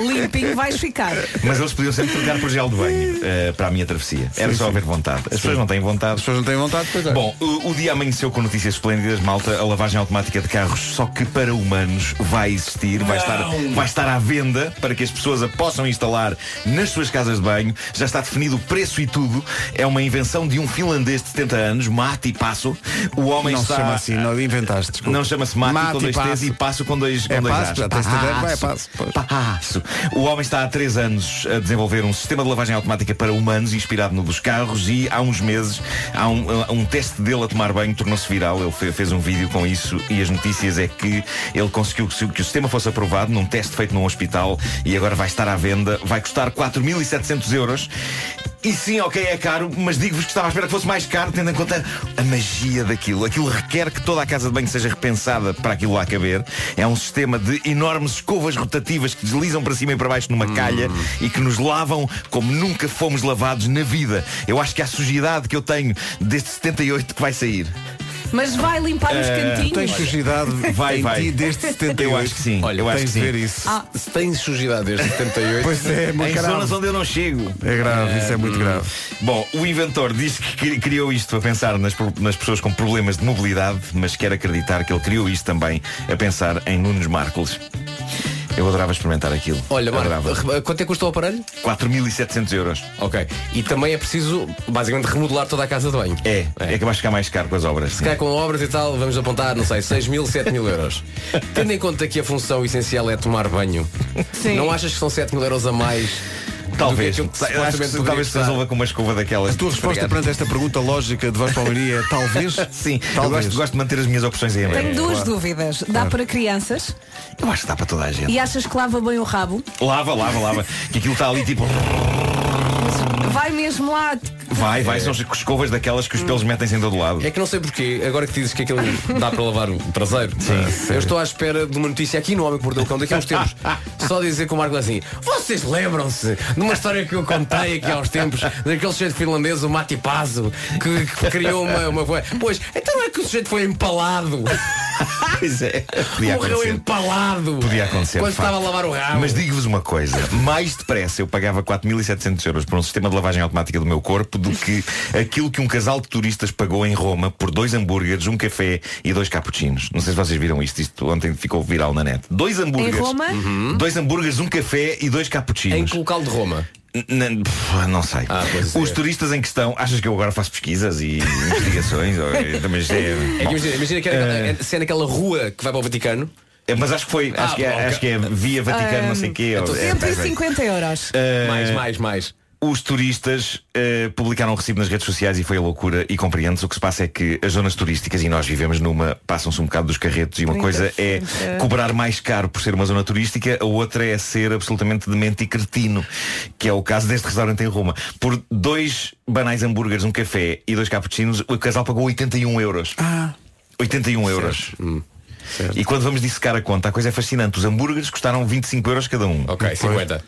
S3: Limpinho vais ficar.
S11: Mas eles podiam sempre trocar por gel de banho eh, para a minha travessia. Era
S1: Sim,
S11: só
S1: sim.
S11: haver vontade. As pessoas não têm vontade. As
S1: pessoas não têm vontade, pois é.
S11: Bom, o, o dia amanheceu com notícias esplêndidas, malta. A lavagem automática de carros, só que para humanos, vai existir, vai estar, vai estar à venda para que as pessoas a possam instalar nas suas casas de banho. Já está definido o preço e tudo. É uma invenção de um finlandês de 70 anos, Mati Passo. O homem
S1: não
S11: está.
S1: se chama assim, não inventaste. desculpa.
S11: Não chama-se Mati,
S1: Mate
S11: com
S1: e
S11: dois T's
S1: passo.
S11: e passo com dois, com
S1: É
S11: dois
S1: passo,
S11: As.
S1: já tens de ver, vai, passo,
S11: Passo. O homem está há três anos a desenvolver um sistema de lavagem automática para humanos inspirado no dos carros e há uns meses há um, há um teste dele a tomar banho tornou-se viral. Ele fe- fez um vídeo com isso e as notícias é que ele conseguiu que, se- que o sistema fosse aprovado num teste feito num hospital e agora vai estar à venda. Vai custar 4.700 euros. E sim, ok, é caro, mas digo-vos que estava à espera que fosse mais caro, tendo em conta a magia daquilo. Aquilo requer que toda a casa de banho seja repensada para aquilo lá caber. É um sistema de enormes escovas rotativas que deslizam para cima e para baixo numa calha e que nos lavam como nunca fomos lavados na vida. Eu acho que há sujidade que eu tenho desde 78 que vai sair.
S3: Mas vai limpar os
S11: Eh,
S3: cantinhos.
S11: tens sujidade
S1: em
S11: vai, vai.
S1: ti desde 78.
S11: Eu acho que sim.
S1: Olha,
S11: eu acho
S1: tens
S11: que sim.
S1: de ver isso.
S3: Ah.
S12: Se tens sujidade desde um- 78.
S1: Pois é, muito
S11: em
S1: grave.
S11: zonas onde eu não chego.
S1: É grave, isso é muito
S11: hum.
S1: grave.
S11: Bom, o inventor diz que cri- criou isto para pensar nas, pro- nas pessoas com problemas de mobilidade, mas quero acreditar que ele criou isto também a pensar em Nunes Marcos. Eu adorava experimentar aquilo.
S12: Olha,
S11: adorava.
S12: Marco, quanto é que custou o aparelho?
S11: 4.700 euros.
S12: Ok. E também é preciso, basicamente, remodelar toda a casa de banho.
S11: É, é que vai ficar mais caro com as obras. é?
S12: Se calhar com obras e tal, vamos apontar, não sei, 6 mil, 7 mil euros. Tendo em conta que a função essencial é tomar banho, não achas que são 7 mil euros a mais?
S11: Talvez.
S12: Do que um aquilo que
S11: Acho que
S12: supostamente
S11: se-
S12: poderia
S11: talvez se
S12: custar?
S11: resolva com uma escova daquelas.
S1: A tua resposta perante esta pergunta lógica de Vasco Palmeirinho é talvez?
S11: Sim, eu
S1: Talvez.
S11: gosto, gosto de manter as minhas opções em aberto.
S3: Tenho duas
S11: Claro.
S3: dúvidas. Dá
S11: Claro.
S3: para crianças
S11: Eu acho que dá para toda a gente.
S3: e achas que lava bem o rabo?
S11: Lava, lava, lava. que aquilo está ali tipo. Hum.
S3: Vai mesmo lá.
S11: Vai, vai, são escovas daquelas que os pelos metem-se em todo lado.
S12: É que não sei porquê, agora que dizes que aquilo dá para lavar o traseiro, eu estou à espera de uma notícia aqui no Homem que Mordeu o Cão daqui a uns tempos. Só dizer com o Marco assim, vocês lembram-se de uma história que eu contei aqui há uns tempos, daquele sujeito finlandês, o Mati Pazzo, que, que criou uma, uma... coisa." Pois, então é que o sujeito foi empalado.
S11: Pois é. Podia
S12: Morreu
S11: acontecer.
S12: empalado.
S11: Podia acontecer.
S12: Quando
S11: de facto.
S12: estava a lavar o rabo.
S11: Mas digo-vos uma coisa: mais depressa eu pagava 4.700 euros por um sistema de lavagem automática do meu corpo do que aquilo que um casal de turistas pagou em Roma por dois hambúrgueres, um café e dois cappuccinos. Não sei se vocês viram isto, isto ontem ficou viral na net. Dois hambúrgueres.
S3: Em Roma?
S11: Uhum. Dois hambúrgueres, um café e dois cappuccinos.
S12: Em local de Roma.
S11: N- pff, não sei.
S12: pois é.
S11: Os turistas em questão, achas que eu agora faço pesquisas e investigações? Ou- Mas é-
S12: É que imagina, imagina que é naquela,
S11: Eh,
S12: é- se é naquela rua que vai para o Vaticano.
S11: mas acho que foi, acho,
S12: Ah,
S11: que, é,
S12: ok. Então,
S11: acho que é via Vaticano, não sei o quê. ou- é, tá, tá.
S3: 150 euros.
S11: Eh,
S12: Mais, mais, mais.
S11: Os turistas eh, publicaram o recibo nas redes sociais e foi a loucura e compreendes. O que se passa é que as zonas turísticas, e nós vivemos numa, passam-se um bocado dos carretos e uma
S12: Trinta,
S11: coisa é
S12: trinta.
S11: cobrar mais caro por ser uma zona turística, a outra é ser absolutamente demente e cretino, que é o caso deste restaurante em Roma. Por dois banais hambúrgueres, um café e dois cappuccinos, o casal pagou 81 euros. 81 euros. E quando vamos dissecar a conta, a coisa é fascinante. Os hambúrgueres custaram 25 euros cada um.
S12: Ok, 50.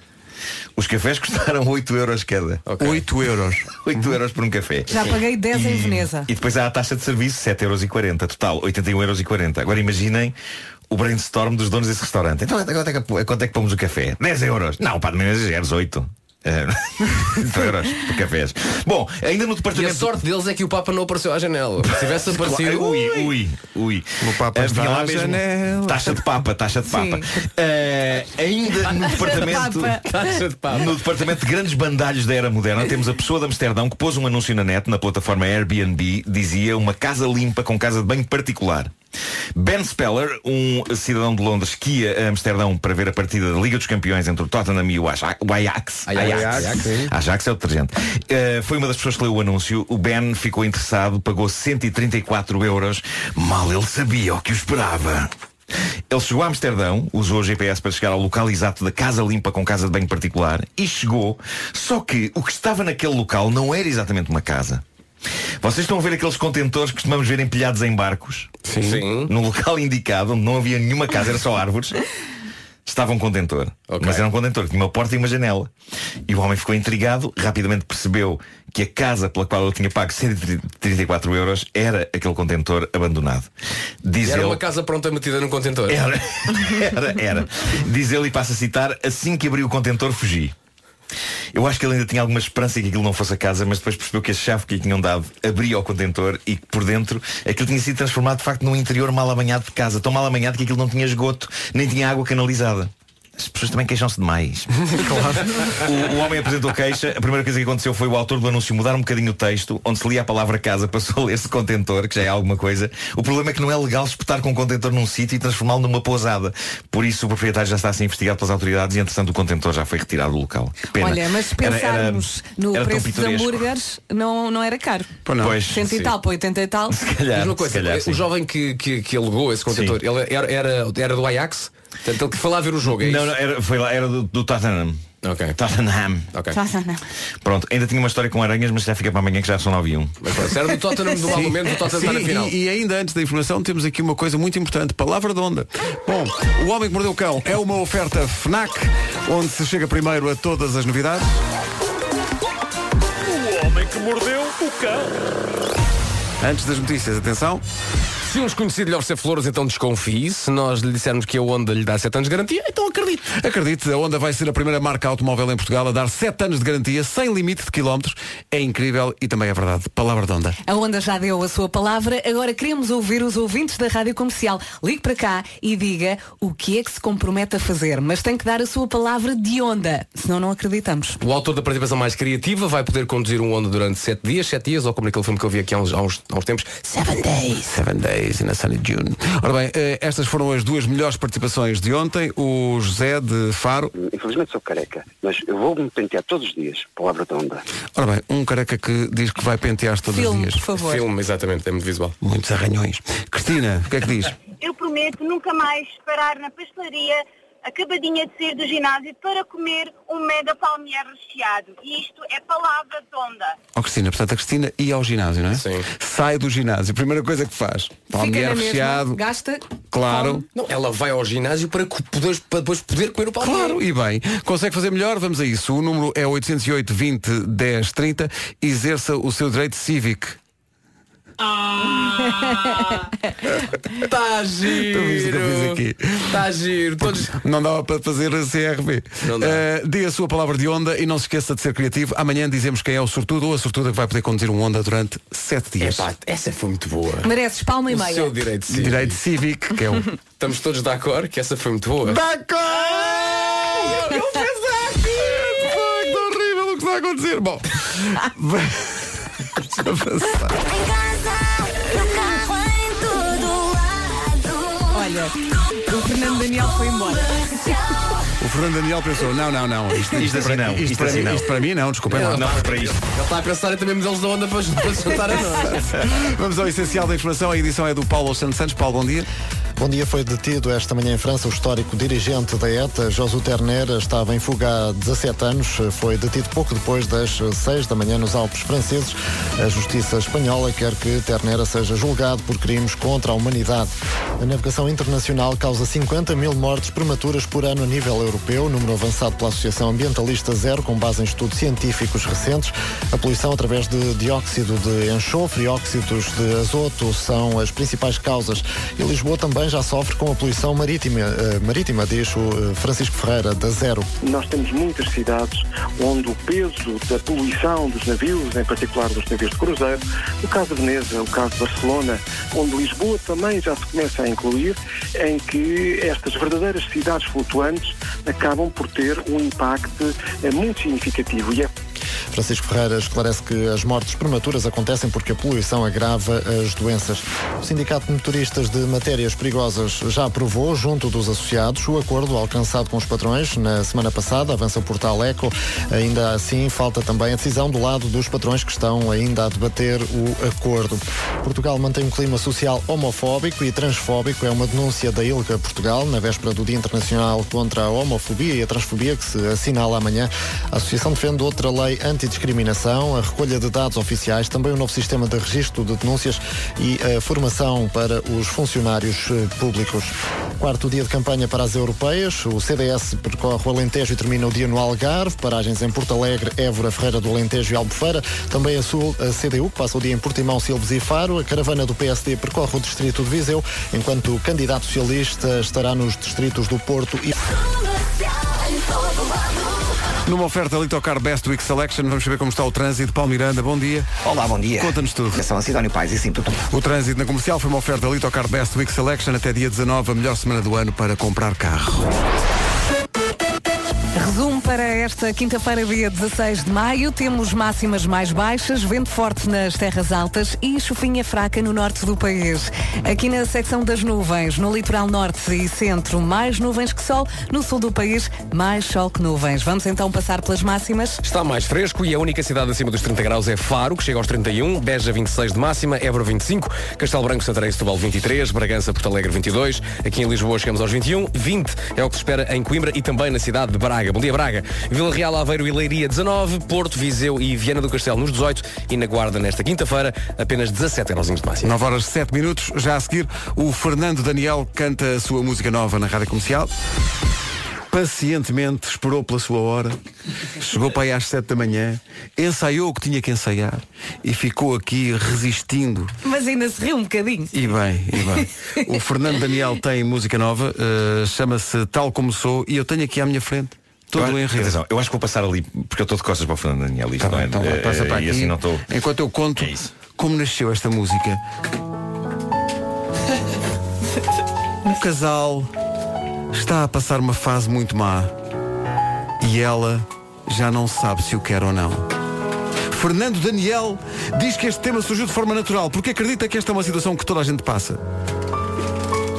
S11: Os cafés custaram 8 euros cada.
S1: 8 euros.
S11: 8 euros por um café.
S3: Já paguei 10 em Veneza.
S11: E depois há a taxa de serviço, 7,40€, total, 81,40€. Agora imaginem o brainstorm dos donos desse restaurante. Então, quanto é que, quanto é que pomos o café? 10 euros. Não, pá, de menos exageros, 8. 30 euros por cafés. Bom, ainda no
S12: E
S11: departamento.
S12: a sorte deles é que o Papa não apareceu à janela. Se tivesse aparecido.
S11: Ui, ui, ui.
S1: O Papa
S11: Ah,
S1: está
S11: vinha lá
S1: à
S11: mesmo.
S1: janela.
S11: Taxa de Papa, taxa de Papa.
S1: Sim.
S11: Ah, ainda no
S1: Taxa de
S11: departamento.
S1: Papa. Taxa de Papa.
S11: No departamento de grandes bandalhos da era moderna, temos a pessoa de Amsterdão que pôs um anúncio na net, na plataforma Airbnb, dizia uma casa limpa com casa de banho particular. Ben Speller, um cidadão de Londres que ia a Amsterdão para ver a partida da Liga dos Campeões entre o Tottenham e o Ajax. O Ajax.
S12: Ajax, Ajax, sim.
S11: Ajax é o detergente. Uh, foi uma das pessoas que leu o anúncio. O Ben ficou interessado, pagou 134 euros. Mal ele sabia o que o esperava. Ele chegou a Amsterdão, usou o GPS para chegar ao local exato da casa limpa com casa de banho particular e chegou. Só que o que estava naquele local não era exatamente uma casa. Vocês estão a ver aqueles contentores que costumamos ver empilhados em barcos? Sim. No local indicado, onde não havia nenhuma casa, era só árvores. Estava um contentor. Mas era um contentor que tinha uma porta e uma janela. E o homem ficou intrigado, rapidamente percebeu que a casa pela qual ele tinha pago 134 euros era aquele contentor abandonado. Diz
S12: Era
S11: ele,
S12: uma casa pronta metida no contentor.
S11: Era. era, era. Diz ele e passa a citar, assim que abri o contentor fugi. Eu acho que ele ainda tinha alguma esperança que aquilo não fosse a casa, mas depois percebeu que a chave que lhe tinham dado abria o contentor e que por dentro aquilo tinha sido transformado de facto num interior mal amanhado de casa, tão mal amanhado que aquilo não tinha esgoto, nem tinha água canalizada. As pessoas também queixam-se demais. O, o homem apresentou queixa. A primeira coisa que aconteceu foi o autor do anúncio mudar um bocadinho o texto, onde se lia a palavra casa, passou a ler-se contentor, que já é alguma coisa. O problema é que não é legal espetar com um contentor num sítio e transformá-lo numa pousada. Por isso o proprietário já está a ser investigado pelas autoridades e, entretanto, o contentor já foi retirado do local. Que pena.
S3: Olha, mas se
S11: Era- era-
S3: pensarmos no
S11: era tão
S3: preço dos
S11: pitoresco.
S3: hambúrgueres, não, não era caro.
S11: Pois não. Pois,
S3: 100 e
S11: sim.
S3: tal, para 80 e tal.
S11: calhar,
S12: Diz uma coisa,
S11: se calhar,
S12: o
S11: sim.
S12: jovem que, que, que alugou esse contentor, ele era, era, era do Ajax? Portanto, ele que foi lá ver o jogo, é
S11: Não,
S12: isso? tá.
S11: não, era, foi lá, era do, do Tottenham. É, Tottenham.
S3: Tá.
S11: Pronto, ainda tinha uma história com aranhas, mas já fica para amanhã que já são 9 e 1.
S12: Era do Tottenham do
S1: Sim.
S12: momento do Tottenham
S1: Sim,
S12: está na final.
S1: E, e ainda antes da informação temos aqui uma coisa muito importante, palavra de onda. Bom, o Homem que Mordeu o Cão é uma oferta FNAC, onde se chega primeiro a todas as novidades.
S16: O homem que mordeu o cão.
S1: Antes das notícias, atenção.
S12: Se um desconhecido lhe oferecer flores, então desconfie. Se nós lhe dissermos que a onda lhe dá 7 anos de garantia, então acredite.
S1: Acredite, a Honda vai ser a primeira marca automóvel em Portugal a dar 7 anos de garantia, sem limite de quilómetros. É incrível e também é verdade. Palavra de onda.
S3: A Onda já deu a sua palavra, agora queremos ouvir os ouvintes da Rádio Comercial. Ligue para cá e diga o que é que se compromete a fazer, mas tem que dar a sua palavra de onda, senão não acreditamos.
S12: O autor da participação mais criativa vai poder conduzir um Honda durante 7 dias, 7 dias, ou como naquele filme que eu vi aqui há uns, há uns, há uns tempos, 7 days.
S1: Seven Days in a Sunny June. Ora bem, eh, estas foram as duas melhores participações de ontem. O José de Faro.
S15: Infelizmente sou careca, mas eu vou-me pentear todos os dias, palavra tonda.
S1: Ora bem, um careca que diz que vai pentear todos
S15: Filme,
S1: os dias.
S15: por favor.
S12: Filme, exatamente, é muito visual.
S1: Muitos arranhões. Cristina, o que é que diz?
S17: Eu prometo nunca mais parar na pastelaria acabadinha de sair do ginásio para comer um mega palmier recheado. E isto é palavra tonda.
S1: Ó Cristina, portanto a Cristina ia ao ginásio, não é? Sim. Sai do ginásio, primeira coisa que faz. Palmeira recheado,
S3: gasta.
S1: claro.
S12: Não, ela vai ao ginásio para, co- poder, para depois poder comer o pau.
S1: Claro, e bem, consegue fazer melhor? Vamos a isso. O número é 808 20 10 30. Exerça o seu direito cívico.
S12: Ah! Tá
S1: Tu viste o que eu fiz
S12: giro.
S1: aqui?
S12: Tá giro. Todos...
S1: Não dava para fazer a CRB. Eh, dê a sua palavra de onda e não se esqueça de ser criativo. Amanhã dizemos quem é o sortudo ou a sortuda que vai poder conduzir um onda durante sete dias.
S12: essa foi muito boa.
S3: Mereces palma e
S12: O
S3: meia.
S12: seu direito cívico.
S1: Direito cívico, que é um.
S12: Estamos todos de acordo que essa foi muito boa.
S1: Eu pensava que horrível o que está a acontecer. Bom, vamos avançar.
S3: Olha, o Fernando Daniel foi embora.
S1: O Fernando Daniel pensou, não, não, não, isto,
S11: Isto assim
S1: para,
S11: não,
S1: isto,
S11: isto
S1: para
S11: assim
S1: mim,
S11: não.
S1: isto para mim não, desculpem lá.
S11: Não, para isto.
S12: Ele está a pensar em também modelos da onda para, para juntar a nós.
S1: Vamos ao essencial da informação, a edição é do Paulo Santos Santos. Paulo, bom dia.
S18: Bom dia, foi detido esta manhã em França o histórico dirigente da ETA, Josu Terner, estava em fuga há 17 anos, foi detido pouco depois das 6 da manhã nos Alpes franceses. A justiça espanhola quer que Terner seja julgado por crimes contra a humanidade. A navegação internacional causa 50 mil mortes prematuras por ano a nível europeu, número avançado pela Associação Ambientalista Zero, com base em estudos científicos recentes. A poluição através de dióxido de enxofre e óxidos de azoto são as principais causas. E Lisboa também também já sofre com a poluição marítima, eh, marítima diz o eh, Francisco Ferreira, da Zero.
S16: Nós temos muitas cidades onde o peso da poluição dos navios, em particular dos navios de cruzeiro, o caso de Veneza, o caso de Barcelona, onde Lisboa também já se começa a incluir, em que estas verdadeiras cidades flutuantes acabam por ter um impacto eh, muito significativo. E é
S18: Francisco Ferreira esclarece que as mortes prematuras acontecem porque a poluição agrava as doenças. O Sindicato de Motoristas de Matérias Perigosas já aprovou, junto dos associados, o acordo alcançado com os patrões na semana passada, avança o portal ECO. Ainda assim, falta também a decisão do lado dos patrões que estão ainda a debater o acordo. Portugal mantém um clima social homofóbico e transfóbico. É uma denúncia da ILGA Portugal, na véspera do Dia Internacional contra a Homofobia e a Transfobia, que se assinala amanhã. A associação defende outra lei antidiscriminação, a recolha de dados oficiais, também um novo sistema de registro de denúncias e a formação para os funcionários eh, públicos. Quarto dia de campanha para as europeias, o CDS percorre o Alentejo e termina o dia no Algarve, paragens em Porto Alegre, Évora, Ferreira do Alentejo e Albufeira, também a Sul, a CDU, que passa o dia em Portimão, Silves e Faro, a caravana do PSD percorre o distrito de Viseu, enquanto o candidato socialista estará nos distritos do Porto e...
S1: Numa oferta Litocar Best Week Selection, vamos saber como está o trânsito. Paulo Miranda, bom dia.
S2: Olá, bom dia.
S1: Conta-nos tudo.
S2: São Sidónio Pais e Simples.
S1: O trânsito na comercial foi uma oferta Litocar Best Week Selection até dia 19, a melhor semana do ano para comprar carro.
S3: Resumo para esta quinta-feira, dia 16 de maio. Temos máximas mais baixas, vento forte nas terras altas e chuvinha fraca no norte do país. Aqui na secção das nuvens, no litoral norte e centro, mais nuvens que sol. No sul do país, mais sol que nuvens. Vamos então passar pelas máximas.
S12: Está mais fresco e a única cidade acima dos 30 graus é Faro, que chega aos 31, Beja 26 de máxima, Évora 25, Castelo Branco, Santarém, e Setúbal 23, Bragança, Porto Alegre 22, aqui em Lisboa chegamos aos 21, 20 é o que se espera em Coimbra e também na cidade de Braga. Bom dia Braga, Vila Real, Aveiro e Leiria 19, Porto, Viseu e Viana do Castelo nos 18 e na Guarda nesta quinta-feira apenas 17 graus de máxima.
S1: 9 horas 7 minutos, já a seguir, o Fernando Daniel canta a sua música nova na Rádio Comercial. Pacientemente esperou pela sua hora, chegou para aí às 7 da manhã, ensaiou o que tinha que ensaiar e ficou aqui resistindo
S3: Mas ainda se riu um bocadinho.
S1: E bem, e bem. o Fernando Daniel tem música nova, eh, chama-se Tal Como Sou, e eu tenho aqui à minha frente todo o enredo.
S11: Atenção, eu acho que vou passar ali, porque eu estou de costas para o Fernando Daniel. Isto
S1: Tá
S11: não
S1: bem,
S11: é,
S1: então vá,
S11: Eh,
S1: passa para
S11: e
S1: aqui.
S11: assim não É estou.
S1: Enquanto eu conto como nasceu esta música. Um casal está a passar uma fase muito má e ela já não sabe se o quer ou não. Fernando Daniel diz que este tema surgiu de forma natural porque acredita que esta é uma situação que toda a gente passa.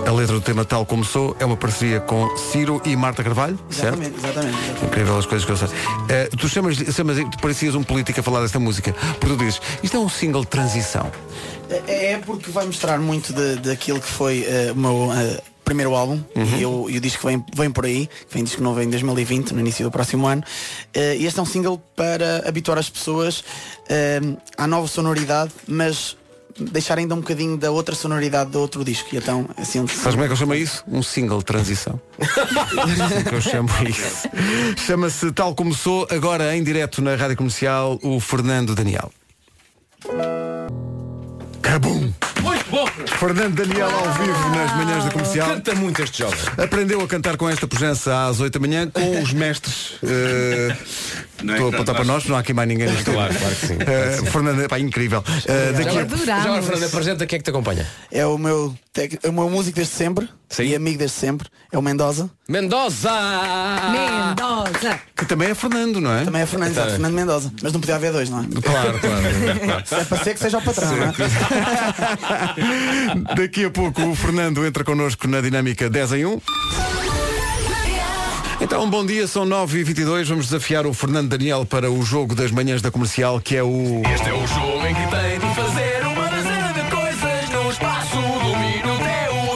S1: A letra do tema Tal Como Sou é uma parceria com Ciro e Marta Carvalho, certo?
S14: Exatamente, exatamente.
S1: Incrível as coisas que eu sei. Eh, tu chamas, chamas, tu parecias um político a falar desta música, porque tu dizes, isto é um single de transição.
S14: É é porque vai mostrar muito de- daquilo que foi eh, o meu eh, primeiro álbum e, o, e o disco vem, vem por aí, que vem disco novo em 2020, no início do próximo ano. Eh, e este é um single para habituar as pessoas eh, à nova sonoridade, mas deixar ainda um bocadinho da outra sonoridade do outro disco. E então, assim, um-
S1: Sabes como é que eu chamo isso? Um single de transição. É assim que eu chamo isso. Chama-se Tal Como Sou, agora em direto na Rádio Comercial, o Fernando Daniel. Cabum!
S12: Muito bom!
S1: Fernando Daniel ao vivo nas manhãs da comercial.
S12: Canta muito este jovem.
S1: Aprendeu a cantar com esta pujança às 8 da manhã com os mestres. Eh,
S12: Não é
S1: Estou a
S12: que
S1: apontar para nós, não há aqui mais ninguém.
S12: Claro, claro que sim, claro que
S1: Eh, Fernando, pá, incrível. Eh,
S12: Já
S1: daqui a-
S12: agora- já agora, Fernando, apresenta quem é que te acompanha.
S14: é o meu, tec- é o meu músico desde sempre e amigo desde sempre, é o Mendoza.
S12: Mendoza!
S3: Ah. Mendoza!
S1: Que também é Fernando, não é?
S14: Também é Fernando, exato, Fernando Mendoza. Mas não podia haver dois, não é?
S1: Claro, claro.
S14: Se é para ser que seja o patrão, não é?
S1: Daqui a pouco o Fernando entra connosco na dinâmica 10 em 1. Então, bom dia, são 9h22. Vamos desafiar o Fernando Daniel para o jogo das manhãs da comercial, que é o.
S16: Este é o jogo em que tem de fazer uma dezena de coisas num espaço do minuto é o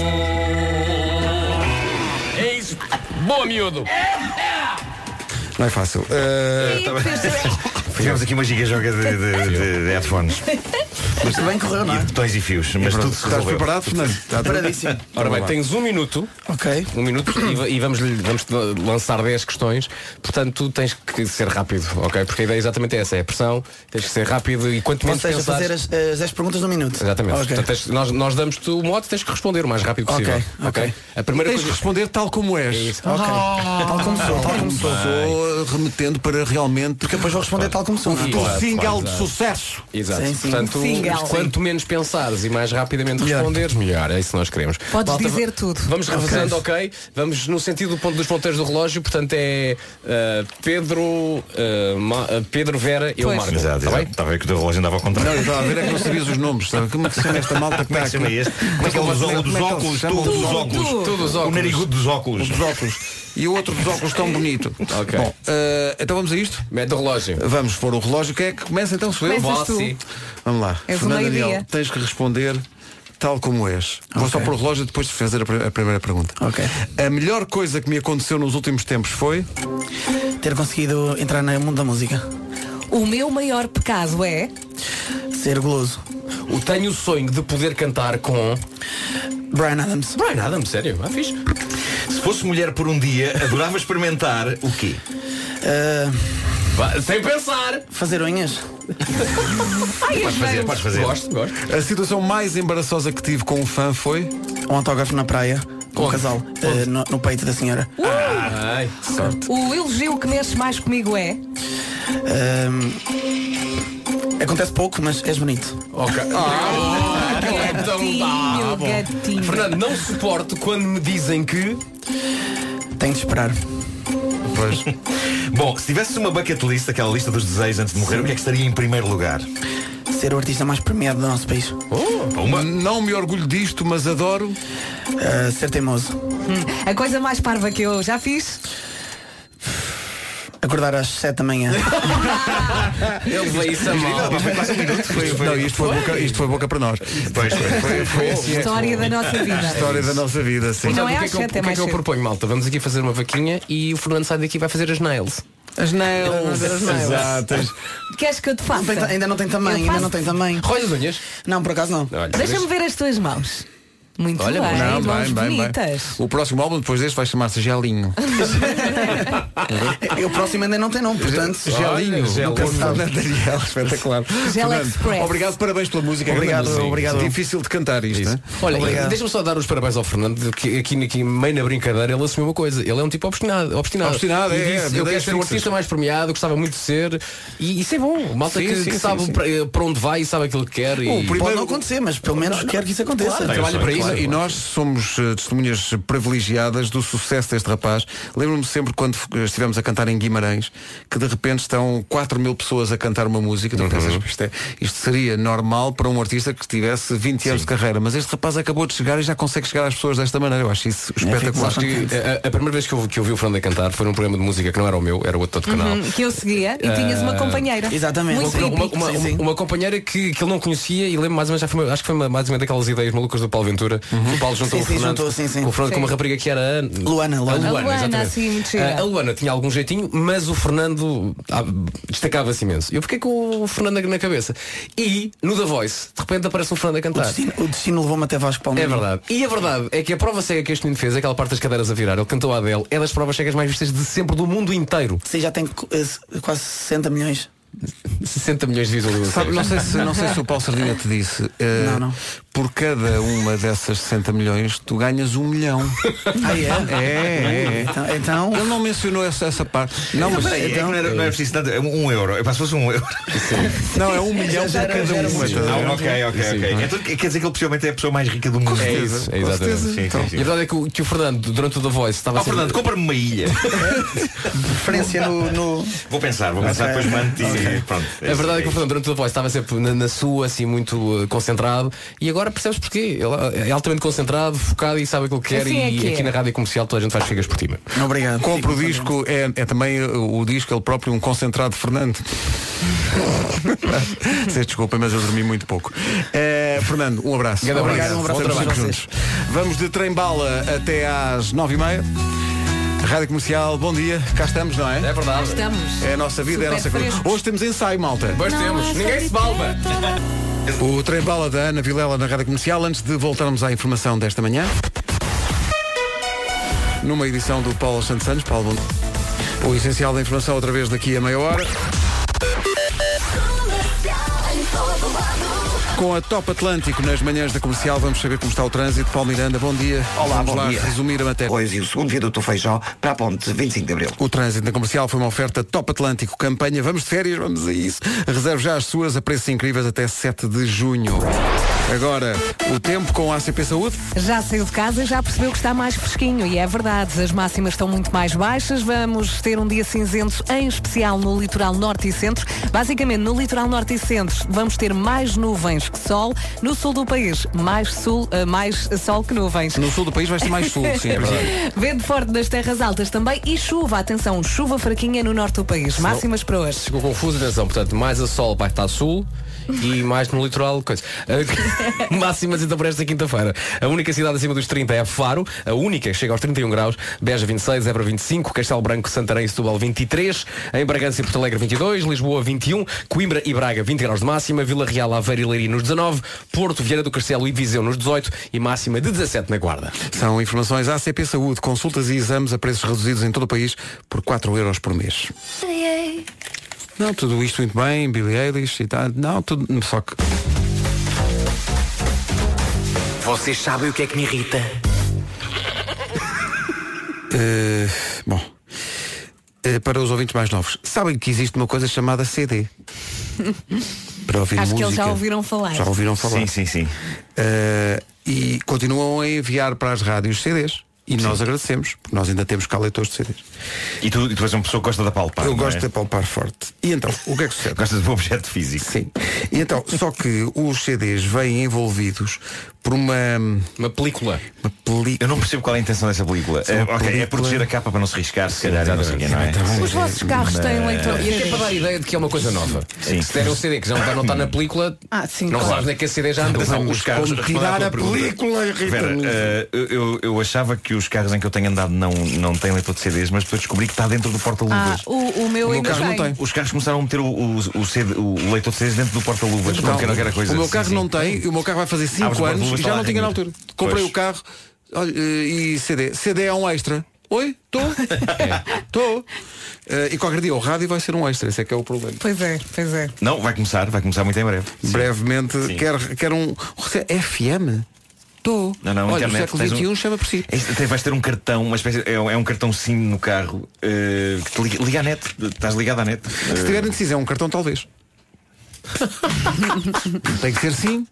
S16: desenho. É isso. Boa, miúdo.
S1: Não é fácil. Eh,
S16: Ih, fez-
S11: Fizemos aqui uma gigajoga de, de, de, de headphones.
S14: Mas bem correu, não
S11: E
S14: é?
S11: botões e fios. Mas
S1: pronto,
S11: tudo se
S1: estás
S11: resolveu.
S1: preparado, Fernando? Está tudo-
S14: Preparadíssimo.
S12: Ora bem,
S1: Vamos lá.
S12: tens um minuto.
S14: Ok.
S12: Um minuto e, va- e vamos, lhe- vamos te lançar 10 questões. Portanto, tu tens que ser rápido, ok? Porque a ideia é exatamente essa, é a pressão, tens que ser rápido e quanto
S14: Ou
S12: menos
S14: seja,
S12: pensares...
S14: fazer as, as 10 perguntas num minuto.
S12: Exatamente.
S14: Ok.
S12: Portanto, tens- nós nós damos-te o mote, tens que responder o mais rápido
S14: Ok,
S12: possível.
S14: ok.
S12: A primeira
S1: Tens
S12: coisa...
S1: de responder tal como
S14: É
S1: és.
S14: Ok. Tal como sou, tal como sou.
S1: Estou remetendo para realmente. Porque
S14: depois vou responder tal como sou.
S1: Um
S14: não é?
S1: futuro
S12: Exato,
S1: single de
S12: exato.
S1: sucesso.
S12: Exato.
S14: Sim, sim.
S12: Portanto,
S14: Single.
S12: quanto menos pensares e mais rapidamente responderes, melhor. É isso que nós queremos.
S3: Podes
S12: Malta,
S3: dizer tudo.
S12: Vamos revisando, ok. Vamos no sentido do ponto dos ponteiros do relógio, portanto é uh, Pedro, uh, Ma- uh, Pedro Vera e eu Marco.
S11: Exato,
S12: Tá
S11: exato.
S12: bem?
S11: Estava a ver que o teu relógio andava ao
S1: Não,
S11: contrário.
S1: eu estava a ver é que não sabias os nomes. Sabe? Como é que se chama esta malta que
S11: Como é que
S1: está
S11: chama
S1: aqui?
S11: este? Como é que é o dos
S1: Como é que
S11: óculos?
S1: ele se
S11: Óculos,
S1: chama?
S11: tudo dos
S1: Tudo,
S11: óculos.
S1: tudo. Tudo dos
S11: O
S1: óculos.
S11: narigudo dos óculos.
S1: Os óculos. E o outro dos óculos tão bonito.
S12: Ok.
S1: Bom, eh, então vamos a isto?
S12: Mete o relógio.
S1: Vamos pôr o relógio. Quem é que começa então? Sou eu?
S12: Começas Vossi. tu.
S1: Vamos lá.
S12: És o
S1: Fernando
S12: meio-dia.
S1: Daniel, tens que responder tal como és. Vou só pôr o relógio depois de fazer a, pri- a primeira pergunta.
S14: Ok.
S1: A melhor coisa que me aconteceu nos últimos tempos foi.
S14: Ter conseguido entrar no mundo da música.
S3: O meu maior pecado é.
S14: Ser goloso.
S12: O tenho o sonho de poder cantar com
S14: Brian Adams.
S12: Brian Adams, sério? Ah, fixe.
S11: Se fosse mulher por um dia, adorava experimentar o quê?
S14: Ah,
S12: Vá, Sem pensar.
S14: fazer unhas.
S11: Podes fazer, podes fazer.
S12: Gosto, gosto.
S1: A situação mais embaraçosa que tive com um fã foi.
S14: Um autógrafo na praia. Com um
S1: Onde?
S14: casal. ah, no, no peito da senhora.
S12: Ai, sorte.
S3: O elogio que mexe mais comigo é.
S14: Ah, acontece pouco, mas és bonito.
S12: Ok.
S3: gatinho, gatinho.
S12: Fernando, não suporto quando me dizem que.
S14: Tenho de esperar.
S1: Pois.
S11: Bom, se tivesse uma bucket list, aquela lista dos desejos antes de morrer, o que é que estaria em primeiro lugar?
S14: Ser o artista mais premiado do nosso país.
S11: Uma.
S1: Não me orgulho disto, mas adoro.
S14: Ah, ser teimoso.
S3: A coisa mais parva que eu já fiz.
S14: Acordar às 7 da manhã.
S12: Ele veio isso a mal.
S1: Não, isto foi, boca, isto foi boca para nós.
S11: um Pois, pois.
S1: Foi, foi assim. é. Então,
S3: História da nossa vida.
S1: História da nossa vida, sim.
S3: Não é
S12: o
S3: às
S12: que é que,
S3: sete,
S12: eu,
S3: é
S12: o que é
S3: mais
S12: que eu
S3: cedo.
S12: proponho, malta? Vamos aqui fazer uma vaquinha e o Fernando sai daqui e vai fazer as nails.
S1: As nails.
S3: As nails.
S1: Exatas.
S3: Queres que eu te faça?
S14: Não tem ta- ainda não tem
S3: Eu
S14: tamanho, ainda
S3: faço.
S14: não tem tamanho.
S12: Rois as unhas.
S14: Não, por acaso não.
S12: Olha,
S3: Deixa-me ver as tuas mãos. Muito
S12: Olha,
S3: bem,
S1: Não,
S3: é? mãos
S1: bem, bem, bem.
S3: bonitas.
S1: O próximo álbum depois deste vai chamar-se Gelinho.
S14: E o próximo ainda não tem nome, portanto.
S1: Gelinho.
S12: gel.
S1: Nunca se sabe. Daniel, espetacular.
S3: Gel
S1: Fernando,
S3: Express.
S1: Obrigado, parabéns pela música.
S14: Obrigado,
S1: grande música.
S14: obrigado.
S1: Difícil de cantar isto.
S12: Isso.
S1: é? hein?
S12: Olha,
S14: Obrigado.
S12: e deixa-me só dar os parabéns ao Fernando, que aqui, aqui meio na brincadeira ele assumiu uma coisa. Ele é um tipo obstinado. Obstinado,
S1: Obstinado,
S12: E
S1: é, é,
S12: disse, Eu
S1: ideias
S12: quero ser um
S1: fixas."
S12: artista mais premiado, gostava muito de ser. E isso é bom. Malta
S1: Sim,
S12: que,
S1: sim,
S12: que
S1: sim,
S12: sabe
S1: sim.
S12: Para, eh, para onde vai e sabe aquilo que quer.
S1: O
S12: e...
S1: primeiro-
S14: Pode não acontecer, mas pelo menos quero que isso aconteça.
S12: trabalha para isso.
S1: Claro, e nós somos eh, testemunhas privilegiadas do sucesso deste rapaz. Lembro-me sempre quando f- eh, estivemos a cantar em Guimarães, que de repente estão 4 mil pessoas a cantar uma música. Tu pensas, isto, é- isto seria normal para um artista que tivesse 20 anos de carreira, mas este rapaz acabou de chegar e já consegue chegar às pessoas desta maneira. Eu acho isso espetacular.
S12: Sabes que eh, a, a primeira vez que eu, que eu vi o Fernando a cantar foi num programa de música que não era o meu, era o outro canal.
S3: Hum, Que eu seguia e tinhas
S1: Ah,
S3: uma companheira.
S14: Exatamente.
S3: Muito
S14: Uma-
S12: Uma,
S3: hippie.
S12: uma,
S14: Sim, sim.
S12: uma companheira que, que ele não conhecia e lembro mais ou menos, já foi, uma- acho que foi uma- mais ou menos daquelas ideias malucas do Paulo Ventura. O Paulo juntou
S14: Uhum. Sim,
S12: o
S14: sim,
S12: Fernando,
S14: juntou, sim, sim.
S12: Com, o Fernando com uma
S3: Sim.
S12: rapariga que era a Ana-
S14: Luana, Luana.
S12: A
S3: A Luana,
S12: exatamente.
S3: assim, muito gira.
S12: Ah, a Luana tinha algum jeitinho, mas o Fernando ah, destacava-se imenso. Eu fiquei com o Fernando na cabeça. E no The Voice, de repente aparece o Fernando a
S14: O
S12: cantar.
S14: destino, o destino levou-me até Vasco
S12: É
S14: Palmeiras.
S12: verdade. E a verdade é que a prova cega que este menino fez, aquela parte das cadeiras a virar, ele cantou a Adele, é das provas cegas mais vistas de sempre do mundo inteiro.
S14: Sim, já tem eh, quase 60 milhões.
S12: 60 milhões de
S1: Sabe,
S12: visualizações.
S1: não, sei se, não sei se o Paulo Sardinha te disse eh,
S14: Não, não.
S1: Por cada uma dessas 60 milhões Tu ganhas um milhão
S14: Ah,
S1: É, é, é.
S14: Então, então
S1: Ele não mencionou essa, essa parte Não, mas,
S11: Peraí, é que não era, não era preciso tanto. é Um euro. É pá, se fosse um euro.
S1: não é um milhão por
S14: já era-
S1: cada
S14: já era um
S1: uma tá?
S14: muito.
S1: estás a ver?
S11: Ah, ok, ok, ok. Então, quer dizer que ele possivelmente é a pessoa mais rica do mundo.
S12: É isso, é
S1: Com
S12: exatamente.
S1: certeza.
S11: Sim,
S1: Então,
S11: sim,
S12: E a
S11: sim.
S12: verdade é que o, que o Fernando, durante o The Voice,
S11: Ó
S12: estava sempre-
S11: Fernando, compra-me uma ilha.
S14: referência no, no-
S11: Vou pensar, vou pensar, depois mando-te e pronto.
S12: A verdade é que o
S11: isso.
S12: Fernando durante o voz estava sempre na, na sua, assim, muito eh, concentrado e agora percebes porquê. Ele é altamente concentrado, focado e sabe aquilo que quer
S3: Assim é
S12: e
S3: que é.
S12: aqui na rádio comercial toda a gente faz figas por cima.
S14: Obrigado.
S1: Compre o disco, é, é também uh, o disco ele próprio, um concentrado Fernando. Vocês desculpem, mas eu dormi muito pouco. Eh, Fernando, um abraço.
S12: Grande abraço. Obrigado, um abraço
S1: Estamos
S12: a todos
S1: sempre juntos. Vamos de trem-bala até às nove e meia. Rádio Comercial, bom dia. Cá estamos, não é? É
S12: verdade.
S3: Estamos.
S1: É a nossa vida, é a
S12: Super
S1: nossa coisa.
S12: frescos.
S1: Hoje temos ensaio, malta.
S12: Pois temos. Ninguém se balba.
S1: O trem bala da Ana Vilela na Rádio Comercial, antes de voltarmos à informação desta manhã. Numa edição do Paulo Santos Santos, Paulo bom- O essencial da informação outra vez daqui a meia hora. Com a Top Atlântico nas manhãs da comercial, vamos saber como está o trânsito. Paulo Miranda, bom dia.
S2: Olá,
S1: vamos
S2: bom
S1: lá
S2: dia.
S1: resumir a matéria.
S2: Pois, e o segundo viaduto do Feijó para a ponte 25 de Abril.
S1: O trânsito na comercial foi uma oferta Top Atlântico Campanha. Vamos de férias, vamos a isso. Reserve já as suas a preços incríveis até 7 de junho. Agora, o tempo com a ACP Saúde.
S3: Já saiu de casa e já percebeu que está mais fresquinho e é verdade, as máximas estão muito mais baixas. Vamos ter um dia cinzento, em especial no litoral norte e centro. Basicamente, no litoral norte e centro vamos ter mais nuvens que sol. No sul do país, mais sul, eh, mais sol que nuvens.
S1: No sul do país vai ser mais sul, sim, é verdade.
S3: Vento forte nas terras altas também e chuva, atenção, chuva fraquinha no norte do país. Máximas para hoje.
S12: Ficou confuso, atenção. Portanto, mais a sol vai estar a sul e mais no litoral, coisa. Ah, Máximas então para esta quinta-feira. A única cidade acima dos 30 é Faro, a única que chega aos 31 graus, Beja 26, Évora 25, Castelo Branco, Santarém e Setúbal 23, em Bragança e Porto Alegre 22, Lisboa 21, Coimbra e Braga 20 graus de máxima, Vila Real, Aveiro e Leiria nos 19, Porto, Vieira do Castelo e Viseu nos 18 e máxima de 17 na Guarda.
S1: São informações ACP Saúde, consultas e exames a preços reduzidos em todo o país por 4 euros por mês. Não, tudo isto muito bem, Billy Eilish e tal. Não, tudo. Só que.
S19: Vocês sabem o que é que me irrita?
S1: eh, bom. Eh, para os ouvintes mais novos, sabem que existe uma coisa chamada CD. Para ouvir
S3: Acho
S1: música.
S3: que eles já ouviram falar.
S1: Já ouviram falar.
S11: Sim, sim, sim.
S1: Eh, e continuam a enviar para as rádios CDs. E nós agradecemos, porque nós ainda temos cá leitores de CDs.
S11: E tu, e tu és uma pessoa que gosta da palpar.
S1: Eu
S11: não
S1: gosto
S11: é?
S1: de palpar forte. E então, o que é que sucede?
S11: Gostas do objeto físico.
S1: Sim. E então, só que os CDs vêm envolvidos por uma.
S12: Uma película.
S1: Uma película.
S11: Eu não percebo qual é a intenção dessa película.
S1: Sim,
S11: É, ok,
S1: uma
S11: é
S1: película.
S11: proteger a capa para não se riscar, se calhar, e não sei o quê, não é?
S3: Os vossos carros têm um leitor de
S12: E é para dar a ideia de que é uma coisa nova. É que Se der um CD que já não está, não está na película,
S3: Ah, sim,
S12: não
S3: claro.
S12: sabes nem que esse CD já andou.
S11: Atenção,
S12: Não,
S11: os carros, responde à tua pergunta. Vera, eh, eu- eu, eu achava que os carros em que eu tenho andado não, não têm leitor de CDs, mas depois descobri que está dentro do
S3: Ah,
S11: porta-luvas.
S3: o, o meu
S11: O meu
S3: ainda
S11: carro não
S3: tem.
S11: tem. Os carros começaram a meter o, o- o CD o leitor de CDs dentro do porta-luvas.
S1: Não,
S11: Não, quero, não quero coisa.
S1: Então, O meu
S11: Sim,
S1: carro
S11: sim.
S1: não tem, e o meu carro vai
S11: Ah,
S1: fazer
S11: mas
S1: 5
S11: o
S1: anos
S11: porta-luvas
S1: e
S11: está
S1: já
S11: lá
S1: não tinha na
S11: rendido.
S1: altura. Comprei
S11: Pois.
S1: o carro olha, eh, e CD. CD é um extra. Oi? Estou? Estou. Eh, e qualquer dia o rádio vai ser um extra, esse é que é o problema.
S3: Pois é, pois é.
S11: Não, vai começar, vai começar muito em breve.
S1: Brevemente,
S11: Sim.
S1: quer, quer um. FM? Estou.
S11: Não, não,
S1: Olha, o
S11: internet,
S1: século
S11: tens um-
S1: XXI chama por si.
S11: É isto, até vais ter um cartão, uma espécie, é, um, é um cartão SIM no carro eh, que te liga, liga à net. Estás ligado à net.
S1: Se
S11: Eh,
S1: tiverem decisão, um cartão talvez. tem que ser sim,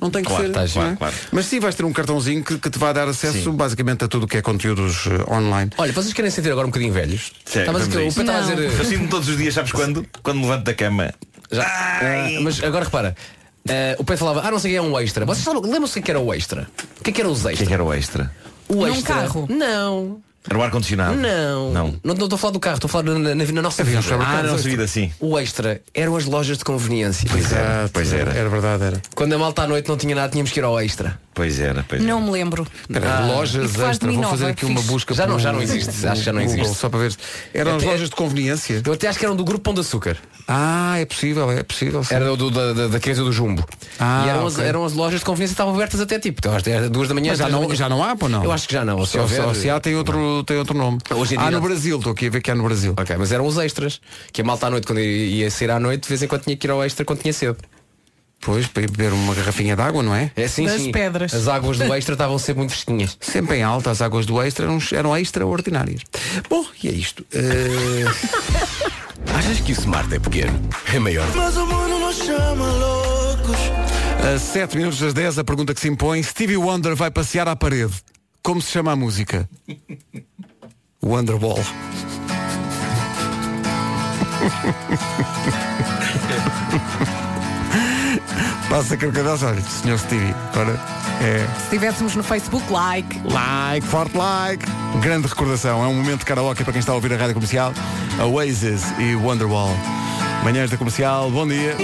S1: não tem que
S11: Claro,
S1: ser.
S11: tá,
S1: não é?
S11: claro, claro.
S1: Mas sim vais ter um cartãozinho que, que te vai dar acesso basicamente a tudo o que é conteúdos eh, online.
S12: Olha, vocês querem sentir agora um bocadinho velhos?
S11: Sério,
S12: Estavas
S11: vamos
S12: aqui-
S11: a
S12: o
S11: isso.
S12: Pedro estava a dizer-
S11: Eu sinto-me todos os dias, sabes quando? Quando me levanto da cama.
S12: Já. Ah, mas agora repara. ah, o Pedro falava, ah, não sei o que é um extra. Vocês sabem- lembram-se o que é que era o extra? O que é que era os extras? O que
S11: é que era o extra?
S12: O
S3: Num
S12: extra.
S3: carro?
S12: Não.
S11: Era o ar-condicionado?
S12: Não.
S11: Não.
S12: Não estou a falar do carro, estou a falar na, na, na nossa vida.
S11: Ah, na nossa vida, sim.
S12: O extra eram as lojas de conveniência.
S11: Pois é. era, pois era.
S1: Era verdade, era.
S12: Quando a malta à noite não tinha nada, tínhamos que ir ao extra.
S11: Pois era, pois
S3: Não me lembro.
S1: Espera,
S12: Ah,
S1: lojas
S3: Isso faz
S1: extra,
S3: de mim
S1: vou
S3: nova,
S1: fazer aqui uma
S3: fixe.
S1: busca
S12: Já não-
S1: por-
S12: já não existe, acho que já não
S1: Google,
S12: existe.
S1: Só para ver. se- Eram as
S12: Até-
S1: lojas de conveniência.
S12: Eu até acho que eram do grupo Pão de Açúcar.
S1: Ah, é possível, é possível. sim.
S12: Era do, da, da, da crise do Jumbo.
S1: Ah,
S12: e eram, as,
S1: ok.
S12: eram as lojas de conveniência que estavam abertas até tipo então, às dez- duas da manhã.
S1: Mas já
S12: três da
S1: não,
S12: manhã.
S1: já não há, pô, não?
S12: Eu acho que já não. ou Se
S1: Ou
S12: houver,
S1: ou se há, tem outro, tem outro nome.
S12: Hoje em
S1: ah,
S12: dia
S1: no
S12: não-
S1: Brasil, estou aqui a ver que há no Brasil.
S12: Ok, mas eram os extras. Que a malta à noite, quando ia sair à noite, de vez em quando tinha que ir ao extra quando tinha cedo.
S1: Pois, para ir beber uma garrafinha de água, não é?
S12: É sim, sim. As águas do extra estavam sempre muito fresquinhas.
S1: Sempre em alta, as águas do extra eram, eram extraordinárias. Bom, e é isto. Eh,
S19: Achas que o smart é pequeno? É maior.
S5: Mas o mundo nos chama loucos.
S1: A 7 minutos das 10, a pergunta que se impõe, Stevie Wonder vai passear à parede. Como se chama a música? Wonderball. Passa a carcadeira, olha, senhor Stevie. Agora é
S3: Se estivéssemos no Facebook, like.
S1: like, forte like. Grande recordação, é um momento de karaoke para quem está a ouvir a rádio comercial. Oasis e Wonderwall. Manhãs da comercial, bom dia.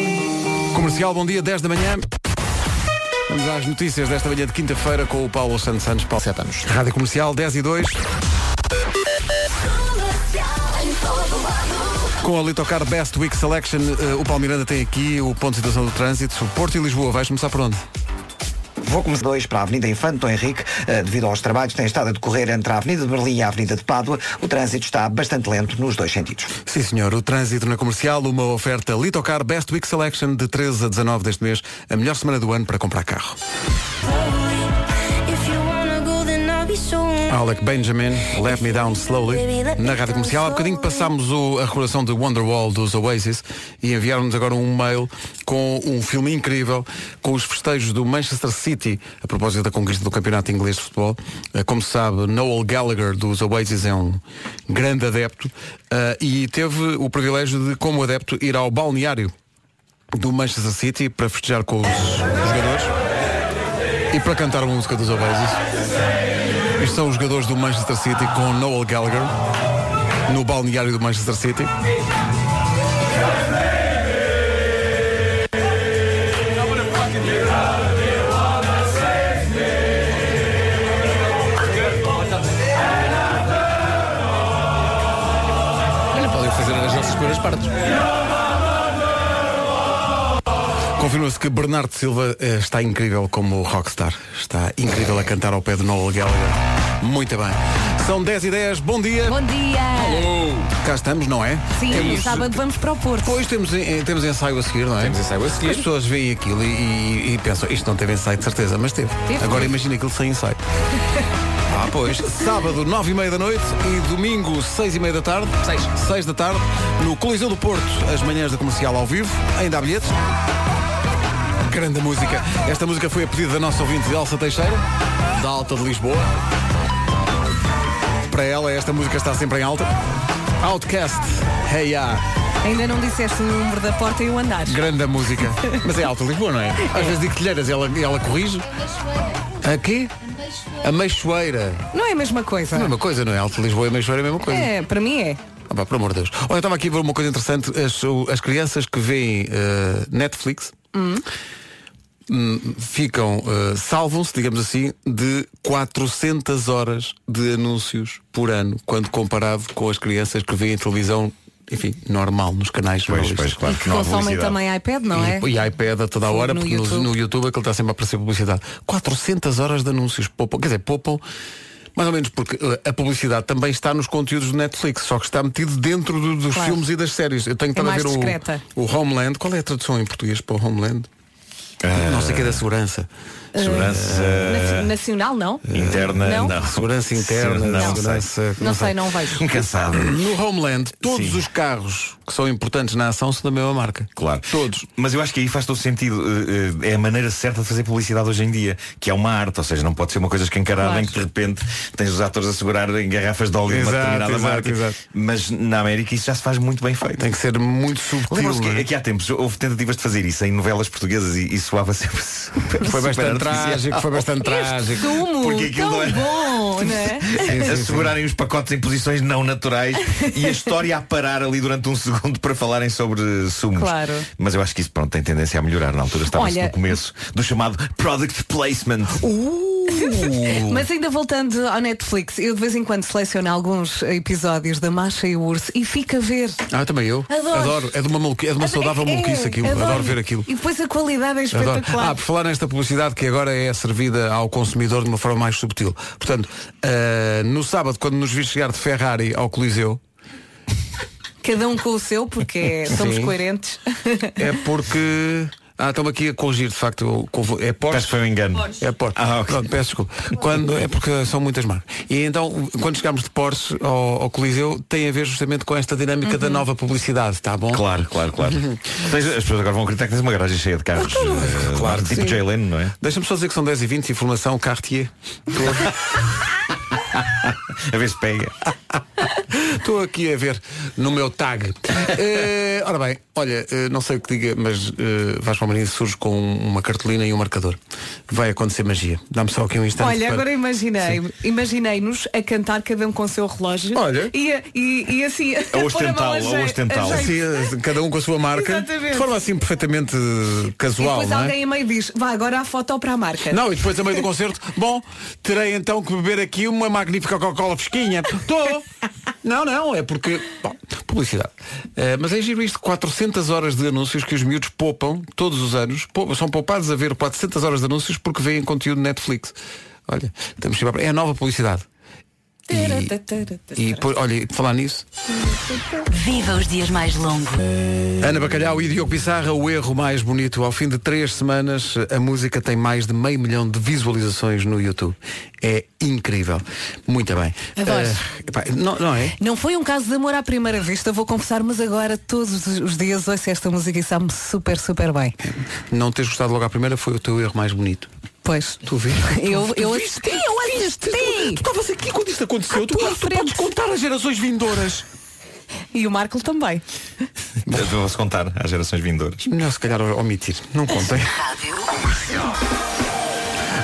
S1: Comercial, bom dia, 10 da manhã. Vamos às notícias desta manhã de quinta-feira com o Paulo Santos Santos, Paulo 7 anos. Rádio Comercial 10 e 2. Com a Litocar Best Week Selection, eh, o Palmiranda tem aqui o ponto de situação do trânsito. Porto e Lisboa, vais começar por onde?
S2: Vou começar dois para a Avenida Infante Dom Henrique, eh, devido aos trabalhos que têm estado a decorrer entre a Avenida de Berlim e a Avenida de Pádua. O trânsito está bastante lento nos dois sentidos.
S1: Sim, senhor. O trânsito na comercial, uma oferta Litocar Best Week Selection de 13 a 19 deste mês, a melhor semana do ano para comprar carro. Alec Benjamin, Let Me Down Slowly. Na rádio comercial, há bocadinho passámos o- a recordação de Wonderwall dos Oasis e enviaram-nos agora um mail com um filme incrível, com os festejos do Manchester City, a propósito da conquista do Campeonato Inglês de Futebol. Eh, Como se sabe, Noel Gallagher dos Oasis é um grande adepto eh, e teve o privilégio de, como adepto, ir ao balneário do Manchester City para festejar com os jogadores e para cantar a música dos Oasis. Estes são os jogadores do Manchester City com Noel Gallagher no balneário do Manchester City.
S12: Olha, podem fazer as nossas primeiras partes.
S1: Confirma-se que Bernardo Silva eh, está incrível como rockstar. Está incrível a cantar ao pé de Noel Gallagher. Muito bem. São 10 e 10. Bom dia.
S3: Bom dia!
S1: Cá estamos, não é?
S3: Sim,
S1: Temos-
S3: sábado vamos para o Porto.
S1: Pois temos, eh, temos ensaio a seguir, não é? Temos ensaio a seguir. As pessoas veem aquilo e, e- e pensam, isto não teve ensaio de certeza, mas teve.
S3: Teve,
S1: Agora
S3: teve.
S1: imagina aquilo sem ensaio. ah, pois. Sábado, nove e meia da noite e domingo, seis e meia da tarde. seis seis da tarde, no Coliseu do Porto, as manhãs da comercial ao vivo. Ainda há bilhetes. Grande música. Esta música foi a pedido da nossa ouvinte Elsa Teixeira, da Alta de Lisboa. Para ela, esta música está sempre em alta. Outcast, Hey Ya.
S3: Ainda não disseste o número da porta e o andar.
S1: Grande a música. Mas é alta Lisboa, não é? Às vezes digo telheiras e ela, e ela corrige. A quê? A Meixoeira.
S3: Não é a mesma coisa.
S1: É a mesma coisa, não é? Alta Lisboa e Meixoeira é a mesma coisa.
S3: É, para mim é.
S1: Ah, pá, pelo amor de Deus. Olha, eu estava aqui a ver uma coisa interessante. As, o- as crianças que veem eh, Netflix
S3: Hum.
S1: hum, ficam, eh, salvam-se, digamos assim, de 400 horas de anúncios por ano, quando comparado com as crianças que veem televisão, enfim, normal, nos canais pois, pois, claro,
S3: que consomem também iPad, não é?
S1: e, e iPad a toda a
S3: Sim,
S1: hora,
S3: no
S1: porque no
S3: YouTube.
S1: YouTube, no YouTube aquilo está sempre a aparecer publicidade. 400 horas de anúncios poupam, quer dizer, poupam mais ou menos porque eh, a publicidade também está nos conteúdos do Netflix, só que está metido dentro do- dos
S3: Claro.
S1: filmes e das séries. Eu tenho
S3: É
S1: estado a
S3: mais
S1: ver
S3: discreta.
S1: o, o Homeland. Qual é a tradução em português para o Homeland? Não sei o que é da segurança.
S11: Ah, Segurança.
S3: Naci- Nacional, não?
S11: Interna,
S3: Ah, não.
S1: Segurança interna,
S11: Não,
S1: segurança.
S3: eh, Não sei, não vejo.
S11: Um cansado.
S1: No Homeland, todos os carros que são importantes na ação são da mesma marca.
S11: Claro. Todos. Mas eu acho que aí faz todo sentido. eh, eh, É a maneira certa de fazer publicidade hoje em dia, que é uma arte, ou seja, não pode ser uma coisa escancarada
S1: Claro.
S11: em que de repente tens os atores a segurar em garrafas de óleo de uma
S1: Exato,
S11: determinada
S1: exato,
S11: marca.
S1: exato.
S11: Mas na América isso já se faz muito bem feito. Tem
S1: que ser muito subtil. é?
S11: Lembram-se que aqui há tempos houve tentativas de fazer isso em novelas portuguesas e, e soava sempre super,
S1: Foi
S11: super
S1: bastante
S11: artificial.
S1: trágico, foi bastante
S3: Este sumo
S11: Porque aquilo
S3: tão
S11: não era-
S3: bom, não é?
S11: a segurarem os pacotes em posições não naturais e a história a parar ali durante um segundo para falarem sobre sumos.
S3: Claro.
S11: Mas eu acho que isso pronto, tem tendência a melhorar. Na altura estava-se
S3: Olha-
S11: no começo do chamado product placement.
S3: Mas ainda voltando ao Netflix, eu de vez em quando seleciono alguns episódios da Macha e o Urso e fico a ver.
S1: Ah, também eu.
S3: Adoro.
S1: É de uma, maluqui- é de uma saudável maluquice aquilo. Adoro, ver aquilo.
S3: E depois a qualidade é
S1: Adoro.
S3: espetacular.
S1: Ah, por falar nesta publicidade que agora é servida ao consumidor de uma forma mais subtil. Portanto, ah, no sábado, quando nos vi chegar de Ferrari ao Coliseu,
S3: Cada um com o seu, porque somos
S1: Sim.
S3: coerentes.
S1: é porque. Ah, estamos aqui a corrigir, de facto, eu confu- é Porsche. Peço
S11: foi um engano.
S1: É Porsche. Pronto, peço desculpa. Quando, é porque são muitas marcas. E então, quando chegámos de Porsche ao, ao Coliseu, tem a ver justamente com esta dinâmica da nova publicidade, está bom?
S11: Claro, claro, claro. Tens- as pessoas agora vão acreditar que tens uma garagem cheia de carros. eh,
S1: Claro que
S11: tipo
S1: sim.
S11: Jay Leno, não é?
S1: Deixa-me só dizer que são 10 e 20 informação Cartier.
S11: a ver se pega.
S1: Estou aqui a ver no meu tag. Eh, ora bem, olha, eh, não sei o que diga, mas eh, Vasco Marinho surge com uma cartolina e um marcador. Vai acontecer magia. Dá-me só aqui um instante.
S3: Olha,
S1: para-
S3: agora imaginei, imaginei-nos a cantar cada um com o seu relógio.
S1: Olha. É
S3: E, a- e, e assim,
S1: A
S3: pôr a mão a je- a jeito.
S1: Sim, eh, cada um com a sua marca.
S3: Exatamente.
S1: De forma assim perfeitamente eh,
S3: e
S1: casual,
S3: depois
S1: não é?
S3: alguém a meio diz, vá agora à foto para a marca.
S1: Não, e depois a meio do concerto, bom, terei então que beber aqui uma magnífica Coca-Cola fresquinha. Estou! Não, não, é porque. Bom, publicidade. Eh, mas é giro isto, 400 horas de anúncios que os miúdos poupam todos os anos. Poupam- são poupados a ver 400 horas de anúncios porque veem conteúdo Netflix. Olha, estamos sempre a... É a nova publicidade. E, depois, olha, e por falar nisso,
S20: Viva os dias mais longos.
S1: Ana Bacalhau e Diogo Pissarra, o erro mais bonito. Ao fim de três semanas, a música tem mais de meio milhão de visualizações no YouTube. É incrível. Muito bem.
S3: A voz.
S1: Eh, epá, não, não é?
S3: Não foi um caso de amor à primeira vista, vou confessar, mas agora todos os dias ouço esta música e sabe-me super, super bem.
S1: Não teres gostado logo à primeira foi o teu erro mais bonito.
S3: Pois.
S1: Tu vês?
S3: Eu, eu assisti, eu assisti!
S1: Tu estavas aqui quando isto aconteceu, tu,
S3: tu podes
S1: contar as gerações vindouras.
S3: E o Marco também.
S11: Vou-se contar às gerações vindouras.
S1: É Melhor se calhar omitir. Não contem.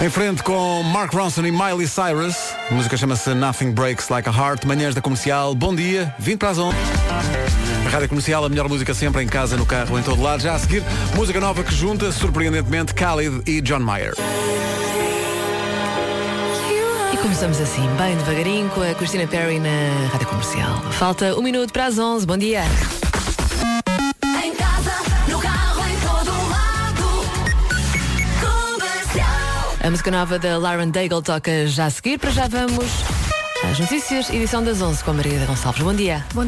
S1: Em frente com Mark Ronson e Miley Cyrus. A música chama-se Nothing Breaks Like a Heart. Manhãs da Comercial. Bom dia. 20 para as 11. A Rádio Comercial, a melhor música sempre, em casa, no carro, em todo lado. Já a seguir, música nova que junta, surpreendentemente, Khalid e John Mayer.
S20: E começamos assim, bem devagarinho, com a Cristina Perry na Rádio Comercial. Falta um minuto para as 11. Bom dia.
S5: Em casa, no carro, em todo lado. Comercial.
S20: A música nova da Lauren Daigle toca já a seguir. Para já vamos às notícias, edição das 11 com a Maria Gonçalves. Bom dia. Bom dia.